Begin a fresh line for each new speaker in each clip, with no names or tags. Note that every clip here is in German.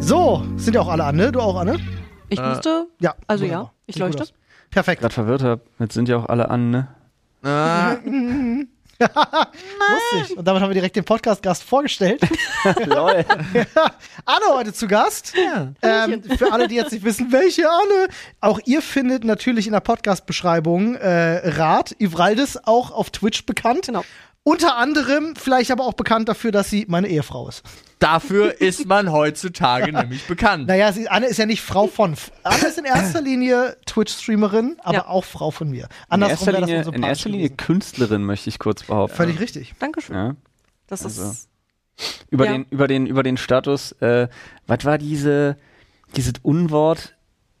Sind ja auch alle an, ne? Du auch, Anne?
Ich
Äh,
müsste.
Ja.
Also
wunderbar.
ja, ich
Sieht gut
leuchte.
aus. Perfekt.
Gerade verwirrt habe. Jetzt sind ja auch alle an, ne?
Ah,
Lustig. Und damit haben wir direkt den Podcast-Gast vorgestellt.
Lol.
Anne heute zu Gast. Ähm, für alle, die jetzt nicht wissen, welche Anne. Auch ihr findet natürlich in der Podcast-Beschreibung äh, Rat. Ivraldis auch auf Twitch bekannt.
Genau.
Unter anderem vielleicht aber auch bekannt dafür, dass sie meine Ehefrau ist.
dafür ist man heutzutage nämlich bekannt.
Naja, sie, Anne ist ja nicht Frau von. F- Anne ist in erster Linie Twitch-Streamerin, aber
Ja.
auch Frau von mir.
In
Andersrum
erster
wäre das
Linie, in
unsympathisch
erster Linie
gewesen.
Künstlerin, möchte ich kurz behaupten.
Völlig richtig.
Dankeschön.
Ja.
Das ist.
Also. Über,
Ja.
den, über, den, über den Status, äh, was war diese, dieses Unwort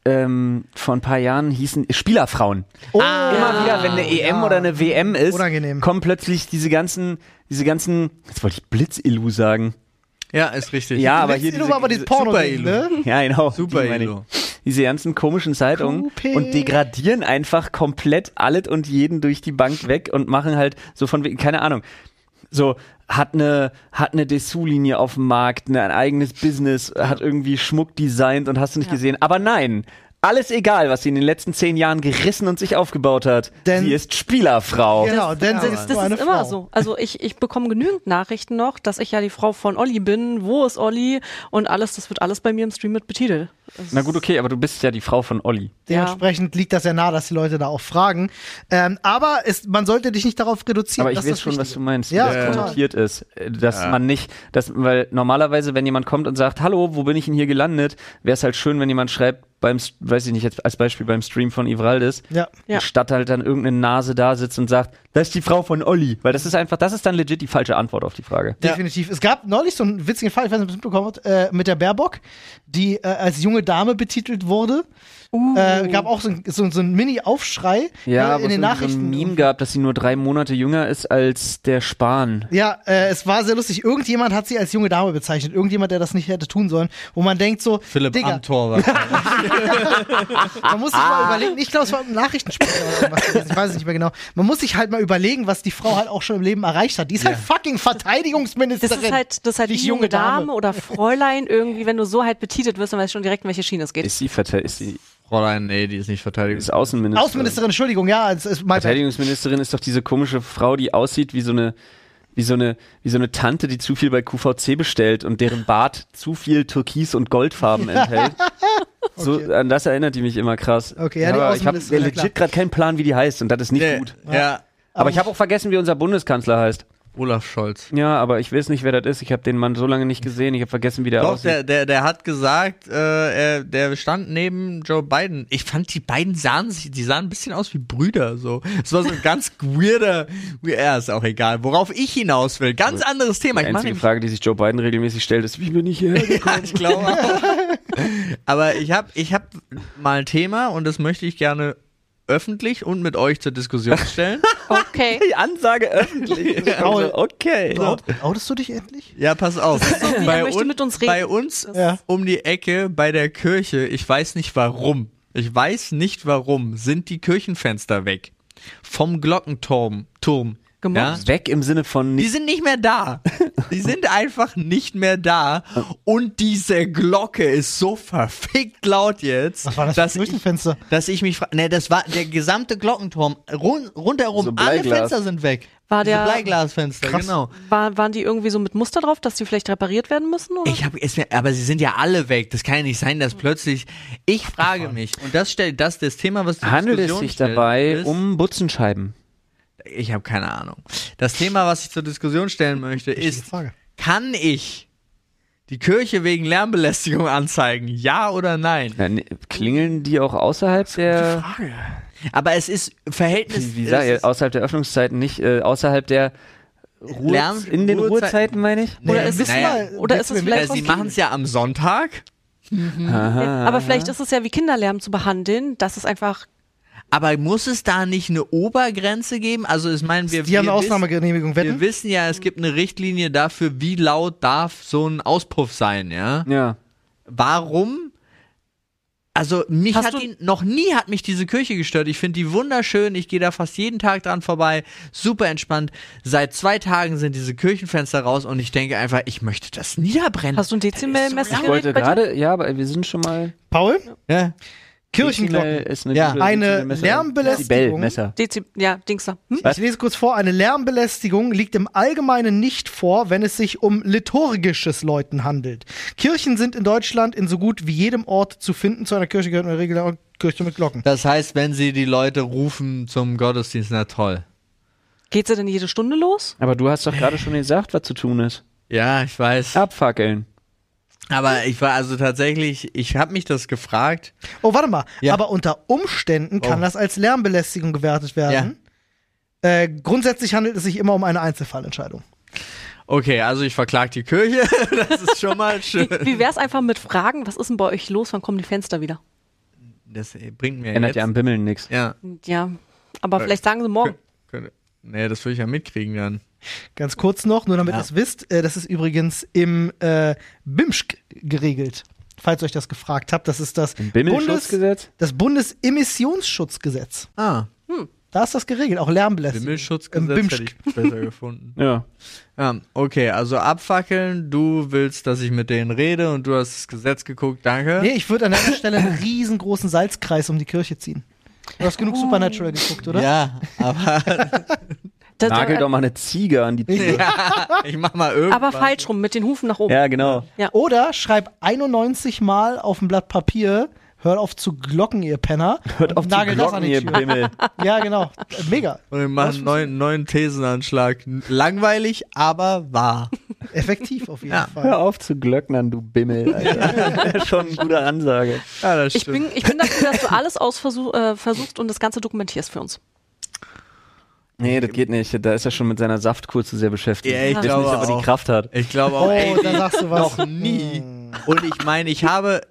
ähm, vor ein paar Jahren hießen Spielerfrauen.
Ah.
Oh,
Immer wieder, wenn eine EM oder eine WM ist,
Ah, Unangenehm.
kommen plötzlich diese ganzen, diese ganzen, jetzt wollte ich Blitzillu sagen.
Ja, ist richtig.
Ja, aber
Jetzt
hier
Illo
diese,
war aber
diese,
die Porno
Super-Illu.
ne?
ja, genau, die
Super,
meine ich.
Elo.
diese ganzen komischen Zeitungen
Coupé.
und degradieren einfach komplett alles und jeden durch die Bank weg und machen halt so von wegen, keine Ahnung. So, hat eine, hat eine Dessous-Linie auf dem Markt, ne, ein eigenes Business, hat irgendwie Schmuck designt und hast du nicht gesehen. Aber nein, alles egal, was sie in den letzten zehn Jahren gerissen und sich aufgebaut hat.
Denn-
sie ist Spielerfrau.
Genau, denn sie
Das,
ist
das
nur eine
ist immer
Frau.
so. Also ich, ich bekomme genügend Nachrichten noch, dass ich ja die Frau von Olli bin. Wo ist Olli? Und alles, das wird alles bei mir im Stream mit betitelt. Also, Das
Na gut, okay, aber du bist ja die Frau von Olli.
Dementsprechend liegt das ja nah, dass die Leute da auch fragen. Ähm, aber es, man sollte dich nicht darauf reduzieren.
Aber ich
das ist
weiß
das
schon, was
Wichtige.
du meinst,
Ja,
wie das
total.
konnotiert ist. äh, Dass man nicht, dass, weil normalerweise, wenn jemand kommt und sagt, hallo, wo bin ich denn hier gelandet, wäre es halt schön, wenn jemand schreibt, beim, S- weiß ich nicht, jetzt als Beispiel beim Stream von Ivraldis,
Ja.
Ja.
statt halt dann irgendeine Nase da sitzt und sagt, das ist die Frau von Olli. Weil das ist einfach, das ist dann legit die falsche Antwort auf die Frage.
Definitiv. Es gab neulich so einen witzigen Fall, ich weiß nicht, ob ihr es mitbekommen habt, äh, mit der Baerbock, die äh, als junge Dame betitelt wurde. Äh, gab auch so, ein- so, so einen Mini-Aufschrei
Ja,
äh,
aber
in den
es hat so
Nachrichten.
ein Meme gab, dass sie nur drei Monate jünger ist als der Spahn.
Ja, äh, es war sehr lustig. Irgendjemand hat sie als junge Dame bezeichnet. Irgendjemand, der das nicht hätte tun sollen. Wo man denkt so,
Philipp
Digga,
Amthor war.
man muss sich mal überlegen. Ich glaube, es war ein Nachrichtensprecher oder irgendwas. gewesen. Ich weiß es nicht mehr genau. Man muss sich halt mal überlegen, was die Frau halt auch schon im Leben erreicht hat. Die ist halt fucking
Das
Verteidigungsministerin.
ist halt, das ist halt
Nicht
die junge Dame oder Fräulein irgendwie, wenn du so halt betitelt wirst, dann weißt du schon direkt, in welche Schiene es geht.
Ist sie, Verte- ist sie
Fräulein, nee, die ist nicht
ist
Verteidigung.
Außenministerin.
Außenministerin, Entschuldigung, ja, es ist mein Bad.
Verteidigungsministerin ist doch diese komische Frau, die aussieht wie so eine wie so eine wie so eine Tante, die zu viel bei QVC bestellt und deren Bart zu viel Türkis und Goldfarben enthält. So an das erinnert die mich immer krass.
Okay, ja, die
aber ich habe
Außenministerin, ja,
legit gerade keinen Plan, wie die heißt und das ist nicht
Nee,
gut.
Ja,
Aber ich habe auch vergessen, wie unser Bundeskanzler heißt.
Olaf Scholz.
Ja, aber ich weiß nicht, wer das ist. Ich habe den Mann so lange nicht gesehen. Ich habe vergessen, wie der
Doch,
aussieht.
der, der, der hat gesagt, äh, er, der stand neben Joe Biden. Ich fand, die beiden sahen sich, die sahen ein bisschen aus wie Brüder, so. Es war so ein ganz weirder, ja, ist auch egal, worauf ich hinaus will. Ganz anderes Thema.
die
Ich mach
einzige
nämlich-
Frage, die sich Joe Biden regelmäßig stellt, ist, wie bin ich hierher?
Ah,
Ja, ich glaube auch. Aber ich habe ich hab mal ein Thema und das möchte ich gerne öffentlich und mit euch zur Diskussion stellen.
Okay.
Die Ansage öffentlich.
Paul.
Also, okay.
Out- Outest du dich endlich?
Ja, pass auf.
er möchte mit uns reden.
bei uns
Ja.
um die Ecke bei der Kirche, ich weiß nicht warum, ich weiß nicht warum, sind die Kirchenfenster weg. Vom Glockenturm. Turm.
Gemobbt.
Weg im Sinne von nicht
Die sind nicht mehr da. Die sind einfach nicht mehr da. Und diese Glocke ist so verfickt laut jetzt,
Was war das für ein
dass, ich,
Kirchenfenster?
dass ich mich frage. Ne, das war der gesamte Glockenturm. Rund, rundherum.
So
alle
Bleiglas.
Fenster sind weg.
War
Diese
der-
Bleiglasfenster, genau.
War, waren die irgendwie so mit Muster drauf, dass die vielleicht repariert werden müssen? Oder?
Ich hab, es mir, aber sie sind ja alle weg. Das kann ja nicht sein, dass plötzlich. Ich frage mich, und das stellt das, das Thema, was die
Handelt es
Diskussion
sich
stellt,
dabei
ist,
um Butzenscheiben?
Ich habe keine Ahnung. Das Thema, was ich zur Diskussion stellen möchte, ist:
Frage.
Kann ich die Kirche wegen Lärmbelästigung anzeigen? Ja oder nein?
Na, ne, klingeln die auch außerhalb der
Aber es ist Verhältnis.
wie, wie sag,
es
ich,
ist,
außerhalb der Öffnungszeiten, nicht äh, außerhalb der Ruhe,
Lärm-
in den
Ruhezeiten-
Ruhezeiten meine ich?
Oder ist-
Wissen
naja,
wir-
oder
wissen
ist es
wir
vielleicht
äh, sie
was-
machen es ja am Sonntag, Mhm.
Ja, aber vielleicht ist es ja wie Kinderlärm zu behandeln, dass es einfach
aber muss es da nicht eine Obergrenze geben? Also, ich meine, wir.
Die haben
wir
eine
wissen-
Ausnahmegenehmigung,
Wir
wetten?
wissen ja, es gibt eine Richtlinie dafür, wie laut darf so ein Auspuff sein, ja?
Ja.
Warum Also mich
Hast
hat
du-
ihn, noch nie hat mich diese Kirche gestört. Ich finde die wunderschön. Ich gehe da fast jeden Tag dran vorbei. Super entspannt. Seit zwei Tagen sind diese Kirchenfenster raus und ich denke einfach, ich möchte das niederbrennen.
Hast du ein Dezibelmesser?
Äh, Ich wollte gerade, ja, aber wir sind schon mal.
Paul?
ja.
Kirchenglocken.
Dezibel Ist eine
Ja.
gute-
Eine
Dezibelmesser.
Lärmbelästigung.
Dezibelmesser.
Dezib ja, Dingser. Hm?
Ich lese kurz vor, eine Lärmbelästigung liegt im Allgemeinen nicht vor, wenn es sich um liturgisches Läuten handelt. Kirchen sind in Deutschland in so gut wie jedem Ort zu finden. Zu einer Kirche gehört in der Regel eine Kirche mit Glocken.
Das heißt, wenn sie die Leute rufen zum Gottesdienst, na toll.
Geht sie denn jede Stunde los?
Aber du hast doch gerade schon gesagt, was zu tun ist.
Ja, ich weiß.
Abfackeln.
Aber ich war also tatsächlich, ich habe mich das gefragt.
Oh, warte mal.
Ja.
Aber unter Umständen kann
Oh.
das als Lärmbelästigung gewertet werden. Äh, grundsätzlich handelt es sich immer um eine Einzelfallentscheidung.
Okay, also ich verklag die Kirche. Das ist schon mal schön.
Wie, wie wär's einfach mit Fragen, was ist denn bei euch los? Wann kommen die Fenster wieder?
Das bringt mir
Ändert
jetzt.
ja am Bimmeln nichts.
ja.
Ja, aber vielleicht sagen sie morgen.
Kö- könnte- Nee, das würde ich ja mitkriegen dann.
Ganz kurz noch, nur damit
Ja.
ihr es wisst, äh, das ist übrigens im äh, BIMSCH geregelt. Falls ihr euch das gefragt habt, das ist das, Bundes
Bimmelschutzgesetz?
das Bundesemissionsschutzgesetz.
Ah,
Da ist das geregelt, auch Lärmbelästigung. Im
Bimmelschutzgesetz hätte
BIMSCH.
ich besser gefunden.
Ja.
Ja, okay, also abfackeln, du willst, dass ich mit denen rede und du hast das Gesetz geguckt, danke.
Nee, ich würde an deiner Stelle einen riesengroßen Salzkreis um die Kirche ziehen. Du hast
Uh.
genug Supernatural geguckt, oder?
Ja, aber
Da- da-
Nagel doch mal eine Ziege an die Tür.
ich mach mal irgendwas.
aber falsch rum, mit den Hufen nach oben.
Ja, genau.
Oder schreib 91 Mal auf ein Blatt Papier, hört auf zu glocken, ihr Penner.
Hört auf
und
zu
nagelt das
glocken,
an die
ihr
Tür.
Bimmel.
Ja, genau. Mega.
Und wir machen einen neuen, neuen Thesenanschlag. Langweilig, aber wahr.
Effektiv auf jeden
Ja.
Fall.
Hör auf zu glöcknern, du Bimmel. Alter. Schon eine gute Ansage.
Ja, das
Ich
stimmt.
bin, ich bin dafür, dass du alles ausversuch, äh, versuchst und das Ganze dokumentierst für uns.
Nee, das geht nicht. Da ist er schon mit seiner Saftkur zu sehr beschäftigt.
Ja, ich
Jetzt
glaube
nicht, ob er
auch.
die Kraft hat.
ich glaube auch,
Oh,
ey,
da
die-
sagst du was.
noch nie. Und ich meine, ich habe,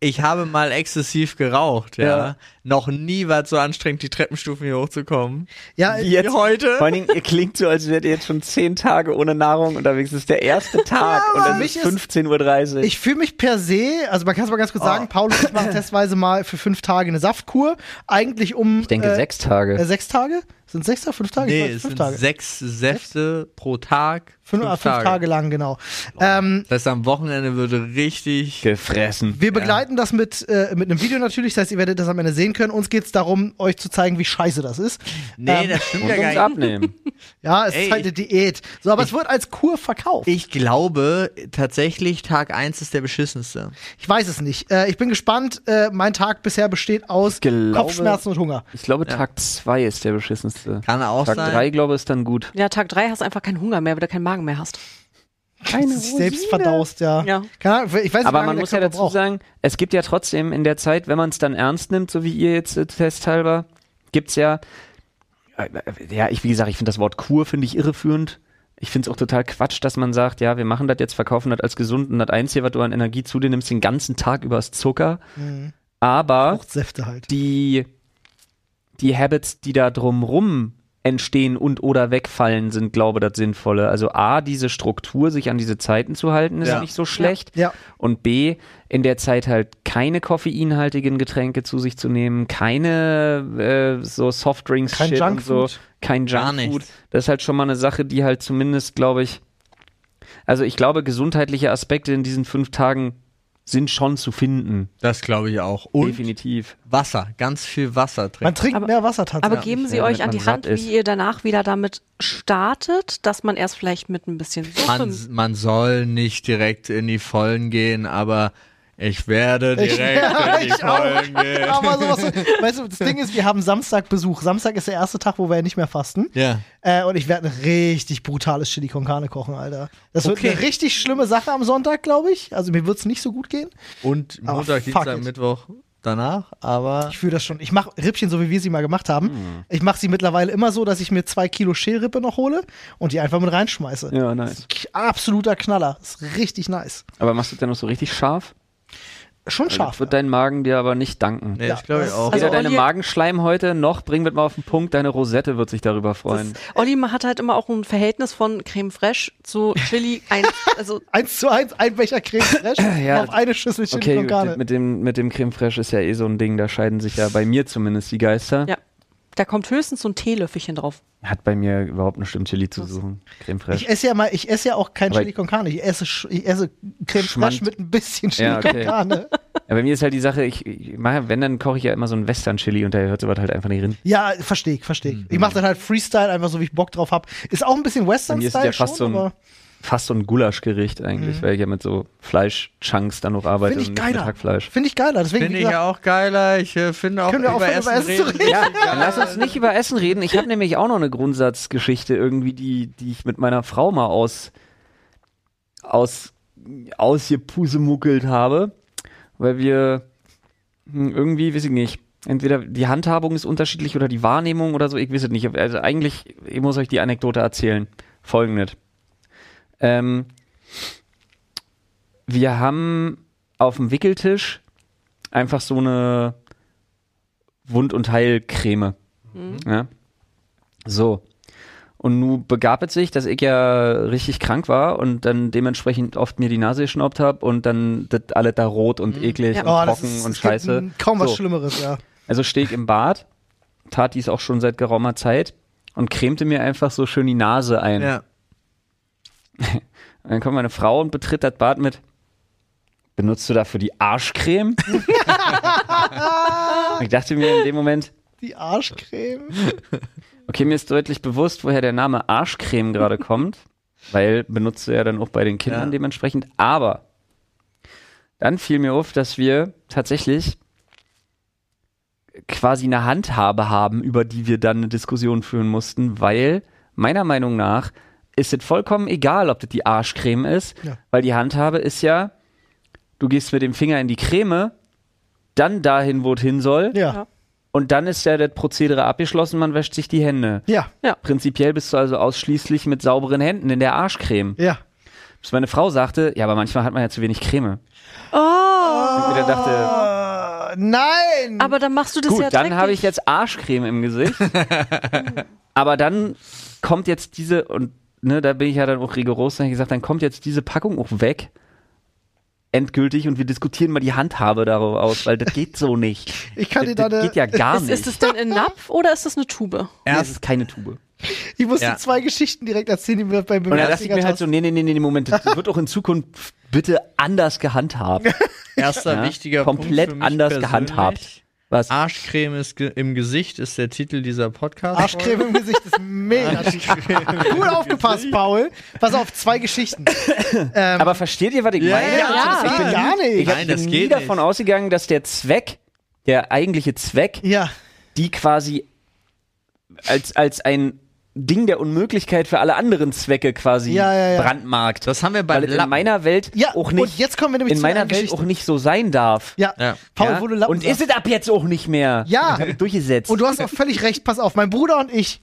ich habe mal exzessiv geraucht, ja.
Ja.
Noch nie war es so anstrengend, die Treppenstufen hier hochzukommen.
Ja,
Wie jetzt?
Wie heute?
Vor allen Dingen, ihr klingt so, als wärt ihr jetzt schon zehn Tage ohne Nahrung unterwegs. Das ist der erste Tag und
für
dann
mich
ist
ist-
15.30 Uhr.
Ich fühle mich per se, also man kann es mal
Ah.
ganz kurz sagen, Paul und ich machen testweise mal für fünf Tage eine Saftkur. Eigentlich um. Ich äh, Äh,
Tage.
sechs Tage? Sind sechs Tage? Fünf Tage? Ich
Nee,
weiß,
es
fünf
sind
Tage.
sechs Säfte pro Tag.
Fünf, ah, fünf, Tage. lang, genau.
Oh.
Ähm,
Das heißt, am Wochenende würde richtig.
Gefressen.
wir begleiten das mit, äh, mit einem Video natürlich, das heißt, ihr werdet das am Ende sehen können. Uns geht es darum, euch zu zeigen, wie scheiße das ist.
Nee,
Ähm,
das stimmt
Und
ja
uns
gar nicht.
abnehmen.
Ja, es
Ey,
ist halt eine Diät. So, aber es wird als Kur verkauft.
Ich glaube tatsächlich, Tag 1 ist der beschissenste.
Ich weiß es nicht. Äh, ich bin gespannt. Äh, mein Tag bisher besteht aus
glaube-
Kopfschmerzen und Hunger.
Ich glaube, Tag 2 ist der beschissenste.
Kann auch
Tag
sein.
3, glaube ich, ist dann gut.
Ja, Tag drei hast du einfach keinen Hunger mehr, weil du keinen Magen mehr hast.
Keine sich selbst verdaust, ja.
Ja.
Keine Ahnung, ich weiß nicht, wie
Aber
lange
man
der
muss ja
Körper
dazu
braucht.
sagen, es gibt ja trotzdem in der Zeit, wenn man es dann ernst nimmt, so wie ihr jetzt äh, testhalber, gibt es ja, äh, ja, ich, wie gesagt, ich finde das Wort Kur, finde ich irreführend. Ich finde es auch total Quatsch, dass man sagt, ja, wir machen das jetzt, verkaufen das als gesund und das Einzige, was du an Energie zu dir nimmst, den ganzen Tag über ist Zucker. Aber
Fruchtsäfte halt.
die, die Habits, die da drumrum entstehen und oder wegfallen, sind, glaube ich, das Sinnvolle. Also A, diese Struktur, sich an diese Zeiten zu halten, ist
Ja.
nicht so schlecht.
Ja.
Und B, in der Zeit halt keine koffeinhaltigen Getränke zu sich zu nehmen, keine äh, so Softdrinks,
Kein
Shit und so,
Junkfood.
kein
Gar
Junkfood.
nichts.
Das ist halt schon mal eine Sache, die halt zumindest, glaube ich, also ich glaube, gesundheitliche Aspekte in diesen fünf Tagen sind schon zu finden.
Das glaube ich auch. Und
Definitiv.
Wasser, ganz viel Wasser
Man
trinken.
trinkt
Aber-
mehr Wasser tatsächlich.
Aber geben sie
ja,
euch
damit
an die
man
Hand,
satt ist.
wie ihr danach wieder damit startet, dass man erst vielleicht mit ein bisschen Suppe,
Man, man soll nicht direkt in die Vollen gehen, aber ich werde direkt in die
ich auch.
Vollen gehen.
Aber sowas, weißt du, das Ding ist, wir haben Samstag Besuch. Samstag ist der erste Tag, wo wir ja nicht mehr fasten.
Ja.
Äh, und ich werde ein richtig brutales Chili con Carne kochen, Alter. Das wird
Okay.
eine richtig schlimme Sache am Sonntag, glaube ich. Also mir wird es nicht so gut gehen.
Und
Aber
Montag,
Oh, fuck
Dienstag,
it.
Mittwoch danach, aber
Ich fühle das schon. Ich mache Rippchen, so wie wir sie mal gemacht haben.
Mhm.
Ich mache sie mittlerweile immer so, dass ich mir zwei Kilo Schälrippe noch hole und die einfach mit reinschmeiße.
Ja, nice.
K- Absoluter Knaller. Ist richtig nice.
Aber machst du es dann noch so richtig scharf?
schon
Das
scharf.
Also wird dein Magen dir aber nicht danken.
Nee,
Ja,
ich glaube
das-
auch.
Also
Weder deine
Olli-
Magenschleim heute noch, bringen wir mal auf den Punkt, deine Rosette wird sich darüber freuen.
Olli hat halt immer auch ein Verhältnis von Creme Fraiche zu Chili. Ein, also
Eins zu eins, ein Becher Creme Fraiche
Ja.
auf eine Schüssel Chili
Okay,
con Carne.
gut, mit dem, mit dem Creme Fraiche ist ja eh so ein Ding, da scheiden sich ja bei mir zumindest die Geister.
ja, da kommt höchstens so ein Teelöffelchen drauf.
Hat bei mir überhaupt nichts im Chili zu suchen. Creme Fraiche.
Ich esse ja mal, ich esse ja auch kein
Aber-
Chili con Carne. Ich esse, Sch- ich esse Creme
Schmand.
Fraiche mit ein bisschen Chili
Ja, okay.
con Carne.
Ja, bei mir ist halt die Sache, ich, ich mache, wenn, dann koche ich ja immer so einen Western-Chili und da hört sowas halt einfach nicht hin.
Ja, verstehe ich, verstehe ich. Ich mache dann halt Freestyle, einfach so wie ich Bock drauf habe. Ist auch ein bisschen
Mhm. Bei mir ist es
Western-Style
ja fast so
schon,
ein,
aber
fast so ein Gulaschgericht eigentlich, weil ich ja mit so Fleischchunks dann noch arbeite
finde ich
und nicht mit
geiler.
Hackfleisch.
Finde ich geiler. Deswegen,
Finde
wie
ich
gesagt,
auch geiler. Ich äh, finde auch
Können wir aufhören, über Essen zu reden?
Ja,
Dann lass uns nicht über Essen reden. Ich habe nämlich auch noch eine Grundsatzgeschichte irgendwie, die, die ich mit meiner Frau mal aus, aus, ausgepusemuckelt habe, weil wir hm, irgendwie, weiß ich nicht, entweder die Handhabung ist unterschiedlich oder die Wahrnehmung oder so, ich weiß es nicht. Also eigentlich, ich muss euch die Anekdote erzählen. Folgendes. Ähm, wir haben auf dem Wickeltisch einfach so eine Wund- und Heilcreme. Ja. So. Und nun begab es sich, dass ich ja richtig krank war und dann dementsprechend oft mir die Nase geschnaubt habe und dann das alles da rot und eklig
Ja.
und
oh, das
trocken
ist,
und
es
scheiße.
Gibt mm, kaum was
so.
Schlimmeres, ja.
Also stehe ich im Bad, tat dies auch schon seit geraumer Zeit und cremte mir einfach so schön die Nase ein.
Ja.
Und dann kommt meine Frau und betritt das Bad mit. Benutzt du dafür die Arschcreme? Und ich dachte mir in dem Moment,
Die Arschcreme.
okay, mir ist deutlich bewusst, woher der Name Arschcreme gerade kommt, weil benutzt du ja dann auch bei den Kindern
Ja.
dementsprechend. Aber dann fiel mir auf, dass wir tatsächlich quasi eine Handhabe haben, über die wir dann eine Diskussion führen mussten, weil meiner Meinung nach ist es vollkommen egal, ob das die Arschcreme ist,
Ja.
weil die Handhabe ist ja, du gehst mit dem Finger in die Creme, dann dahin, wo es hin soll,
Ja.
und dann ist ja das Prozedere abgeschlossen, man wäscht sich die Hände.
Ja,
Prinzipiell bist du also ausschließlich mit sauberen Händen in der Arschcreme.
ja.
Bis meine Frau sagte, ja, aber manchmal hat man ja zu wenig Creme.
Oh,
Und ich mir dann dachte,
Äh, nein!
aber dann machst du das ja
Hm. gut, dann
dreckig.
habe ich jetzt Arschcreme im Gesicht. aber dann kommt jetzt diese, und ne, da bin ich ja dann auch rigoros, dann habe ich gesagt, dann kommt jetzt diese Packung auch weg. Endgültig und wir diskutieren mal die Handhabe darauf aus, weil das geht so nicht.
Ich kann dir
das,
da
das
eine-
geht ja gar
ist,
nicht.
ist es denn ein Napf oder ist das eine Tube?
nee,
Erst
es ist keine Tube.
ich musste
Ja.
zwei Geschichten direkt erzählen, die mir beim
Und da dachte ich mir halt so, nee, nee, nee, nee, Moment, das wird auch in Zukunft bitte anders gehandhabt.
Erster
Ja,
wichtiger
komplett
Punkt für mich
anders
persönlich.
gehandhabt. Was?
Ähm,
Arschcreme ist ge im Gesicht ist der Titel dieser Podcast.
Arschcreme im Gesicht ist mega. Gut aufgepasst, Paul. Pass auf, zwei Geschichten.
Aber versteht ihr, was ich
Ja,
meine? Also,
ja,
ja.
ich bin,
Gar nicht.
Ich, hab-
Nein,
ich
das
bin nie
geht
davon
nicht.
ausgegangen, dass der Zweck, der eigentliche Zweck,
Ja.
die quasi als, als ein Ding der Unmöglichkeit für alle anderen Zwecke quasi
Ja, ja, ja.
brandmarkt.
Das haben wir bei
weil es in
Lappen.
meiner Welt
Ja,
auch nicht,
und jetzt kommen wir nämlich
in
zu einer
meiner Welt
Geschichte.
auch nicht so sein darf.
Ja.
Ja.
Paul,
Ja?
wo du Lappen
und ist es ab jetzt auch nicht mehr.
Ja.
Das hab ich durchgesetzt.
Und Oh, du hast auch völlig recht, pass auf, mein Bruder und ich,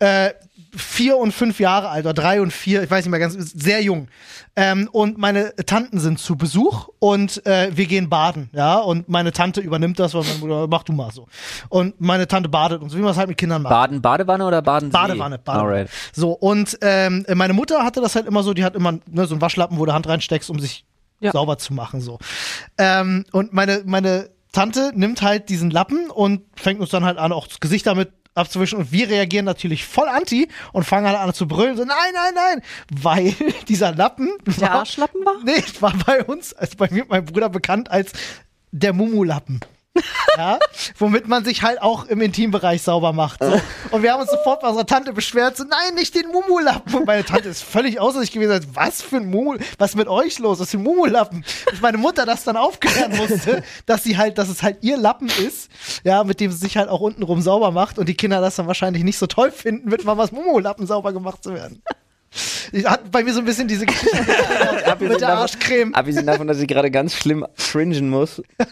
äh, vier und fünf Jahre alt oder drei und vier, ich weiß nicht mehr ganz, sehr jung. Ähm, und meine Tanten sind zu Besuch und äh, wir gehen baden, ja. Und meine Tante übernimmt das, weil mein Bruder, mach du mal so. Und meine Tante badet und so, wie man es halt mit Kindern macht.
Baden, Badewanne oder Badensee?
Badewanne, Badewanne.
Alright.
So, und ähm, meine Mutter hatte das halt immer so, die hat immer ne, so einen Waschlappen, wo du Hand reinsteckst, um sich
Ja.
sauber zu machen. So. Ähm, und meine, meine Tante nimmt halt diesen Lappen und fängt uns dann halt an, auch das Gesicht damit abzuwischen. Und wir reagieren natürlich voll anti und fangen halt an zu brüllen. So, nein, nein, nein. Weil dieser Lappen.
Der
war-
Arschlappen war?
Nee, war bei uns, also bei mir und meinem Bruder bekannt als der Mumulappen. ja, womit man sich halt auch im Intimbereich sauber macht. So. Und wir haben uns sofort bei unserer Tante beschwert, so, nein, nicht den Mumulappen. Und meine Tante ist völlig außer sich gewesen, als, was für ein Mumul, was ist mit euch los, was für ein Mumulappen. Und meine Mutter das dann aufklären musste, dass sie halt, dass es halt ihr Lappen ist, ja, mit dem sie sich halt auch untenrum sauber macht und die Kinder das dann wahrscheinlich nicht so toll finden, mit Mamas Mumulappen sauber gemacht zu werden. Ich hat bei mir so ein bisschen diese Geschichte mit der
davon-
Arschcreme.
Abgesehen davon, dass ich gerade ganz schlimm cringen muss. äh,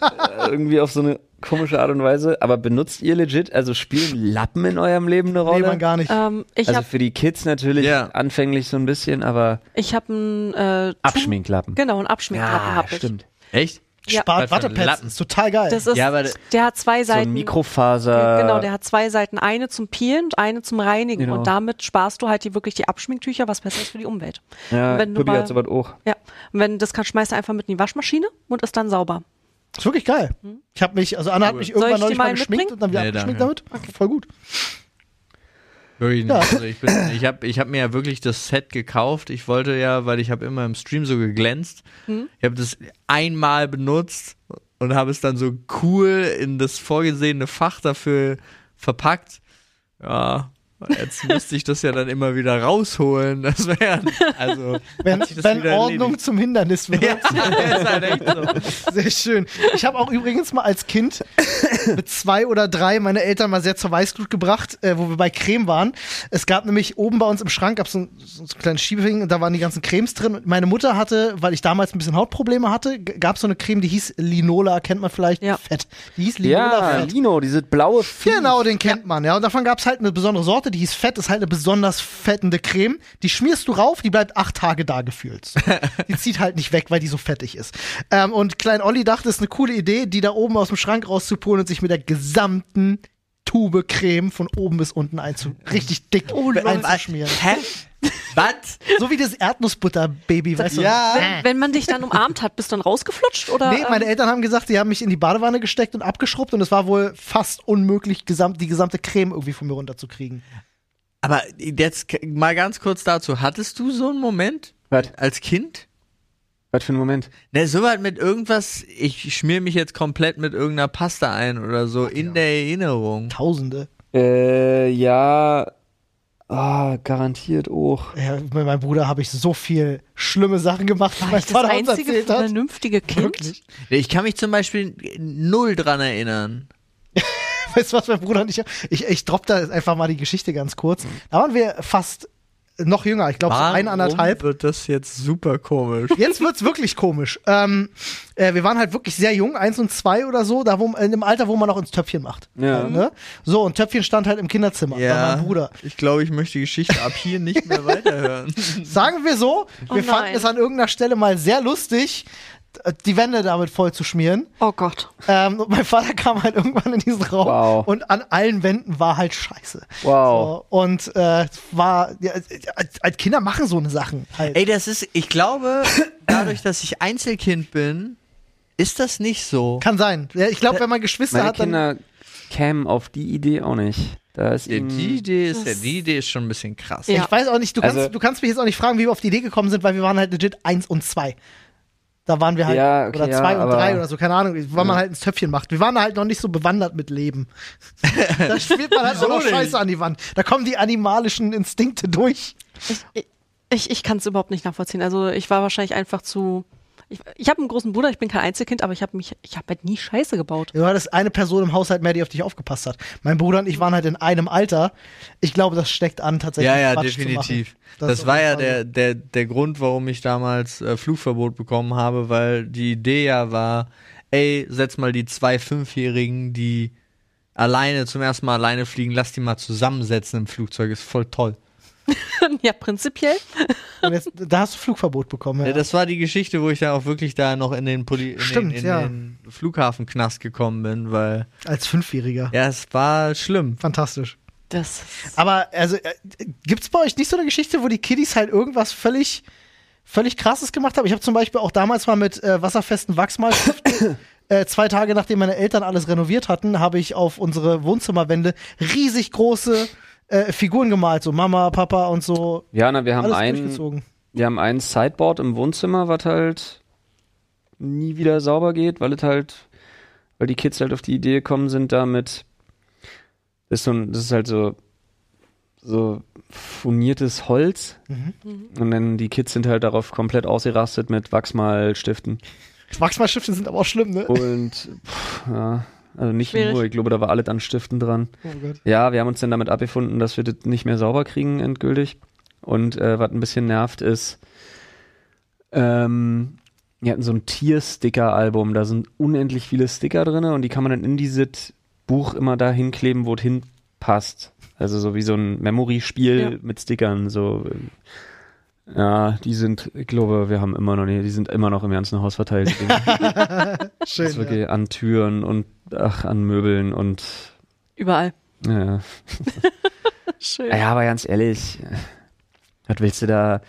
irgendwie auf so eine komische Art und Weise. Aber benutzt ihr legit, also spielen Lappen in eurem Leben eine Rolle?
Nee, man gar nicht.
Ähm, ich
also
habe
für die Kids natürlich
Ja.
anfänglich so ein bisschen, aber
ich hab einen äh, Tu-
Abschminklappen.
Genau, einen Abschminklappen hab ich.
stimmt.
Echt?
Ja.
Spart
Was für ein
Wattepads.
Lappen.
Ist total geil.
Das ist,
Ja, aber d-
der hat zwei
So ein
Seiten.
Mikrofaser.
Genau, der hat zwei Seiten, eine zum Peelen und eine zum Reinigen.
Genau.
Und damit sparst du halt die, wirklich die Abschminktücher, was besser ist für die Umwelt.
ja,
Und wenn du
Tobi
mal-
hat sowas auch.
Ja, und wenn das kann, schmeißt du einfach mit in die Waschmaschine und ist dann sauber.
ist wirklich geil. Ich habe mich, also Anna hat mich
Mhm. Soll
irgendwann
ich dir
neulich mal
mal
geschminkt
mitbringen?
und dann wieder
Nee,
abgeschminkt
danke.
damit. Voll gut.
Wirklich nicht.
Ja.
Also ich bin- ich habe ich hab mir ja wirklich das Set gekauft. Ich wollte ja, weil ich habe immer im Stream so geglänzt. Ich habe das einmal benutzt und habe es dann so cool in das vorgesehene Fach dafür verpackt. Ja, jetzt müsste ich das ja dann immer wieder rausholen. Das wäre also
Wenn,
hat sich das
wenn
wieder
Ordnung
erledigt.
zum Hindernis wird.
Ja, ist halt echt so.
Sehr schön. Ich habe auch übrigens mal als Kind mit zwei oder drei meine Eltern mal sehr zur Weißglut gebracht, äh, wo wir bei Creme waren. Es gab nämlich oben bei uns im Schrank gab's so, ein, so ein kleines Schiebeding und da waren die ganzen Cremes drin. Und meine Mutter hatte, weil ich damals ein bisschen Hautprobleme hatte, g- gab's so eine Creme, die hieß Linola, kennt man vielleicht,
Ja.
Fett. Die hieß Linola
Ja,
Fett.
Lino, diese blaue Vieh.
Genau, den kennt man, ja. Und davon gab es halt eine besondere Sorte, die hieß Fett, ist halt eine besonders fettende Creme. Die schmierst du rauf, die bleibt acht Tage da gefühlt. So. Die zieht halt nicht weg, weil die so fettig ist. Ähm, und Klein Olli dachte, es ist eine coole Idee, die da oben aus dem Schrank rauszupolen und sich mit der gesamten Tube Creme von oben bis unten einzu richtig dick einzuschmieren.
Hä? Was?
So wie das Erdnussbutter-Baby, weißt du?
Hm.
Ja.
Wenn man dich dann umarmt hat, bist du dann rausgeflutscht oder?
Nee, meine
ähm,
Eltern haben gesagt, die haben mich in die Badewanne gesteckt und abgeschrubbt und es war wohl fast unmöglich, gesamt, die gesamte Creme irgendwie von mir runterzukriegen.
Aber jetzt k- mal ganz kurz dazu. Hattest du so einen Moment
Was?
als Kind?
Was für ein Moment.
Ne, soweit mit irgendwas, ich schmier mich jetzt komplett mit irgendeiner Pasta ein oder so in der Erinnerung.
Tausende.
Äh, ja. Ah, garantiert auch.
Ja, mit meinem Bruder habe ich so viel schlimme Sachen gemacht, die
war
mein
ich das
Vater uns
einzige
erzählt hat.
vernünftige Kind?
Ne, Ich kann mich zum Beispiel null dran erinnern.
Weißt du, was mein Bruder und ich Ich, ich droppe da jetzt einfach mal die Geschichte ganz kurz. Da waren wir fast noch jünger, ich glaube so ein, anderthalb.
wird das jetzt super komisch?
Jetzt wird's wirklich komisch. Ähm, äh, wir waren halt wirklich sehr jung, eins und zwei oder so, da wo, in dem Alter, wo man noch ins Töpfchen macht.
Ja.
Äh, ne? So, und Töpfchen stand halt im Kinderzimmer bei
ja,
meinem Bruder.
ich glaube, ich möchte die Geschichte ab hier nicht mehr weiterhören.
Sagen wir so,
Oh
wir fanden
nein.
es an irgendeiner Stelle mal sehr lustig, die Wände damit voll zu schmieren.
Oh Gott.
Ähm, und mein Vater kam halt irgendwann in diesen Raum
Wow.
und an allen Wänden war halt Scheiße.
Wow.
So, und äh, war, ja, als, als Kinder machen so eine Sachen halt.
Ey, das ist, ich glaube, dadurch, dass ich Einzelkind bin, ist das nicht so.
Kann sein. Ja, ich glaube, wenn man Geschwister
Äh, Meine
hat, dann.
Kinder kämen auf die Idee auch nicht. Da ist
Ja,
Mm.
ihnen-
die Idee ist, ja, die Idee ist schon ein bisschen krass.
Ja.
Ich weiß auch nicht, du kannst,
Also-
du kannst mich jetzt auch nicht fragen, wie wir auf die Idee gekommen sind, weil wir waren halt legit eins und zwei. Da waren wir halt,
Ja, okay,
oder zwei
ja,
und
aber-
drei oder so, keine Ahnung, weil man halt ins Töpfchen macht. Wir waren da halt noch nicht so bewandert mit Leben. da spielt man halt auch noch
nicht?
Scheiße an die Wand. Da kommen die animalischen Instinkte durch.
Ich, ich kann es überhaupt nicht nachvollziehen. Also ich war wahrscheinlich einfach zu. Ich, ich habe einen großen Bruder, ich bin kein Einzelkind, aber ich habe mich, ich habe halt nie Scheiße gebaut.
Du hattest eine Person im Haushalt mehr, die auf dich aufgepasst hat. Mein Bruder und ich waren halt in einem Alter. Ich glaube, das steckt an, tatsächlich.
Ja, ja,
Quatsch zu
definitiv.
machen.
Das,
ist
war
auf
ja
jeden Fall
der, der, der Grund, warum ich damals äh, Flugverbot bekommen habe, weil die Idee ja war, ey, setz mal die zwei Fünfjährigen, die alleine zum ersten Mal alleine fliegen, lass die mal zusammensetzen im Flugzeug, ist voll toll.
ja, prinzipiell.
so. Und jetzt, da hast du Flugverbot bekommen. Ja.
Ja, das war die Geschichte, wo ich dann auch wirklich da noch in den, Poli in
Stimmt,
den, in
ja.
den Flughafenknast gekommen bin, weil
Als Fünfjähriger.
ja, es war schlimm.
Fantastisch.
Das
Aber also, äh, gibt's bei euch nicht so eine Geschichte, wo die Kiddies halt irgendwas völlig, völlig krasses gemacht haben? Ich habe zum Beispiel auch damals mal mit äh, wasserfesten Wachsmalstiften. Äh, zwei Tage nachdem meine Eltern alles renoviert hatten, habe ich auf unsere Wohnzimmerwände riesig große äh, Figuren gemalt, so Mama, Papa und so.
Ja, na, wir haben
Alles
einen.
durchgezogen.
Wir haben ein Sideboard im Wohnzimmer, was halt nie wieder sauber geht, weil es halt, weil die Kids halt auf die Idee gekommen sind, damit das ist so ein, das ist halt so so funiertes Holz
Mhm.
und dann die Kids sind halt darauf komplett ausgerastet mit Wachsmalstiften
Wachsmalstifte sind aber auch schlimm,
Oh.
ne?
und pff, ja, also nicht
Schwierig.
nur, ich glaube, da war alles an Stiften dran.
Oh Gott.
Ja, wir haben uns dann damit abgefunden, dass wir das nicht mehr sauber kriegen, endgültig. Und äh, was ein bisschen nervt, ist, ähm, wir hatten so ein Tier-Sticker-Album. Da sind unendlich viele Sticker drin und die kann man dann in dieses Buch immer da hinkleben, wo es hinpasst. Also so wie so ein Memory-Spiel
Ja.
mit Stickern. So. Ja, die sind, ich glaube, wir haben immer noch nicht, die sind immer noch im ganzen Haus verteilt. Die Dinge.
Schön.
Das ist wirklich an Türen und ach, an Möbeln und
Überall. Äh,
ja.
Schön.
Ah ja, aber ganz ehrlich, was willst du da?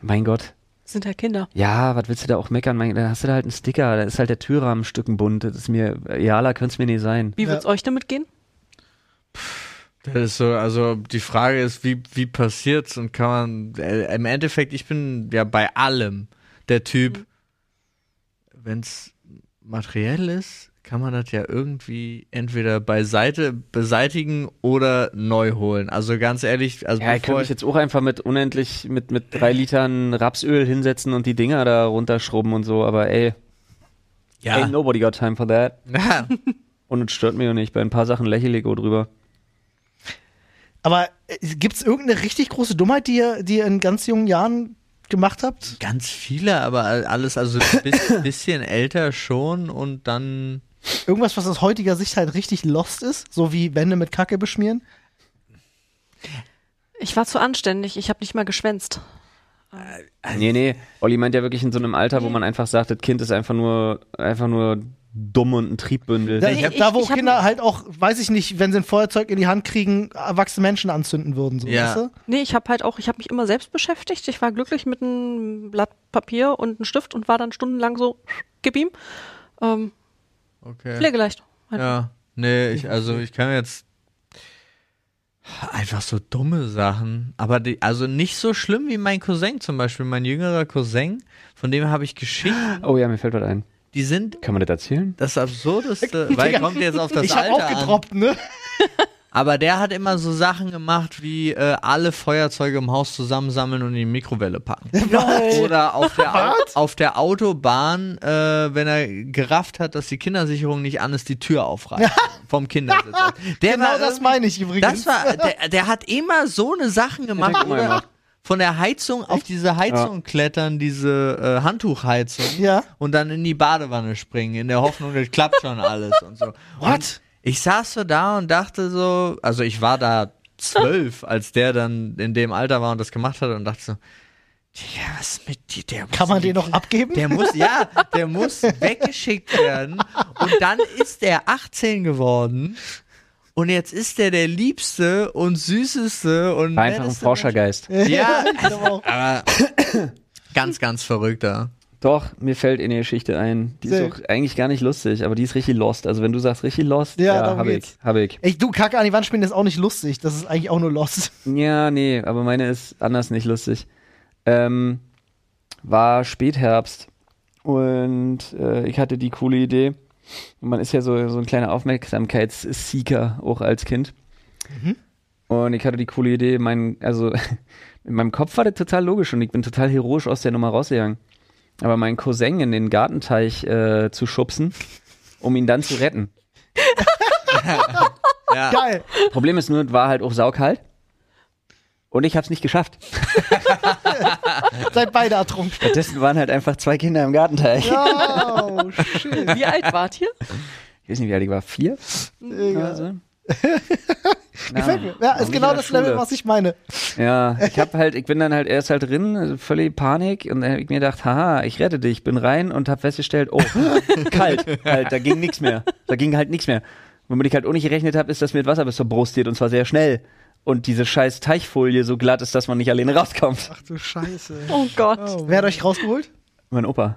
Mein Gott,
Sind halt Kinder.
ja, was willst du da auch meckern? Mein, da hast du da halt einen Sticker, da ist halt der Türrahmen ein Stück bunt. Das ist mir, ja, da könnte es mir nicht sein.
Wie
Ja.
wird's euch damit gehen?
Das ist so, also die Frage ist, wie, wie passiert's und kann man, äh, im Endeffekt, ich bin ja bei allem der Typ, wenn's materiell ist, kann man das ja irgendwie entweder beiseite beseitigen oder neu holen. Also ganz ehrlich, also
Ja, ich kann
bevor
mich jetzt auch einfach mit unendlich, mit, mit drei Litern Rapsöl hinsetzen und die Dinger da runterschrubben und so, aber ey, ain't nobody got time for that.
ja.
Und es stört mich auch nicht, bei ein paar Sachen lächle ich auch drüber.
Aber gibt es irgendeine richtig große Dummheit, die ihr, die ihr in ganz jungen Jahren gemacht habt?
Ganz viele, aber all- alles, also ein bis, bisschen älter schon und dann.
Irgendwas, was aus heutiger Sicht halt richtig lost ist? So wie Wände mit Kacke beschmieren?
Ich war zu anständig. Ich habe nicht mal geschwänzt.
Nee, nee. Olli meint ja wirklich in so einem Alter, wo man einfach sagt, das Kind ist einfach nur, einfach nur dumm und ein Triebbündel.
Also
Da,
ich hab-
da wo
ich hab-
Kinder halt auch, weiß ich nicht, wenn sie ein Feuerzeug in die Hand kriegen, erwachsene Menschen anzünden würden. So,
Ja.
weißt du?
Nee, ich habe halt auch, ich habe mich immer selbst beschäftigt. Ich war glücklich mit einem Blatt Papier und einem Stift und war dann stundenlang so, gib ihm. Ähm,
Okay.
pflegeleicht.
Ja. Nee, ich, also ich kann jetzt einfach so dumme Sachen. Aber die, also nicht so schlimm wie mein Cousin zum Beispiel. Mein jüngerer Cousin, von dem habe ich Geschichten.
Oh ja, mir fällt was ein.
Die sind
Kann man das erzählen?
das Absurdeste, weil kommt jetzt auf das
Ich habe
Alter
auch
an.
gedroppt, ne?
Aber der hat immer so Sachen gemacht wie äh, alle Feuerzeuge im Haus zusammensammeln und in die Mikrowelle packen. Oder auf der, Au- auf der Autobahn, äh, wenn er gerafft hat, dass die Kindersicherung nicht an ist, die Tür aufreißt. vom Kindersitz. aus. Der
Genau das
irgendwie-
meine ich übrigens.
Das war, der, der hat immer so eine Sachen
Hat
gemacht.
er immer
oder
gemacht.
Von der Heizung auf diese Heizung klettern, diese äh, Handtuchheizung.
Ja.
Und dann in die Badewanne springen, in der Hoffnung, das klappt schon alles und so.
What?
Und ich saß so da und dachte so, also ich war da zwölf, als der dann in dem Alter war und das gemacht hat und dachte so, Digga, was ist mit dir? Der muss
Kann man
in die
den noch abgeben?
der muss, ja, der muss weggeschickt werden. Und dann ist er 18 geworden. Und jetzt ist er der liebste und süßeste und.
War einfach ein
netteste
Forschergeist.
Äh?
Mensch. Ja,
auch.
aber ganz, ganz verrückter.
Doch, mir fällt in die Geschichte ein. Die ist
Sehr.
auch eigentlich gar nicht lustig, aber die ist richtig lost. Also wenn du sagst richtig lost,
Ja,
ja,
darum
hab ich,
geht's.
hab ich.
Ey, du, Kacke an die Wand spielen ist auch nicht lustig. Das ist eigentlich auch nur Lost.
Ja, nee, aber meine ist anders nicht lustig. Ähm, war Spätherbst und äh, ich hatte die coole Idee. Man ist ja so, so ein kleiner Aufmerksamkeitsseeker auch als Kind. Und ich hatte die coole Idee, mein, also in meinem Kopf war das total logisch und ich bin total heroisch aus der Nummer rausgegangen. Aber meinen Cousin in den Gartenteich äh, zu schubsen, um ihn dann zu retten.
Ja.
Geil.
Problem ist nur, es war halt auch saukalt. Und ich hab's nicht geschafft.
Seid beide ertrunken.
Stattdessen waren halt einfach zwei Kinder im Gartenteich.
Oh, shit.
Wie alt wart ihr?
Ich weiß nicht, wie alt ich war. Vier?
Egal.
Oder so.
Gefällt mir. Ja, ist genau das Level, was ich meine.
Ja, ich hab halt, ich bin dann halt erst halt drin, also völlig Panik und dann hab ich mir gedacht, haha, ich rette dich, bin rein und hab festgestellt, oh, kalt, kalt, da ging nichts mehr. Da ging halt nichts mehr. Womit ich halt auch nicht gerechnet habe, ist, dass mir das Wasser bis zur Brust geht und zwar sehr schnell. Und diese scheiß Teichfolie so glatt ist, dass man nicht alleine rauskommt.
Ach du Scheiße.
Oh Gott.
Wer hat euch rausgeholt?
Mein Opa.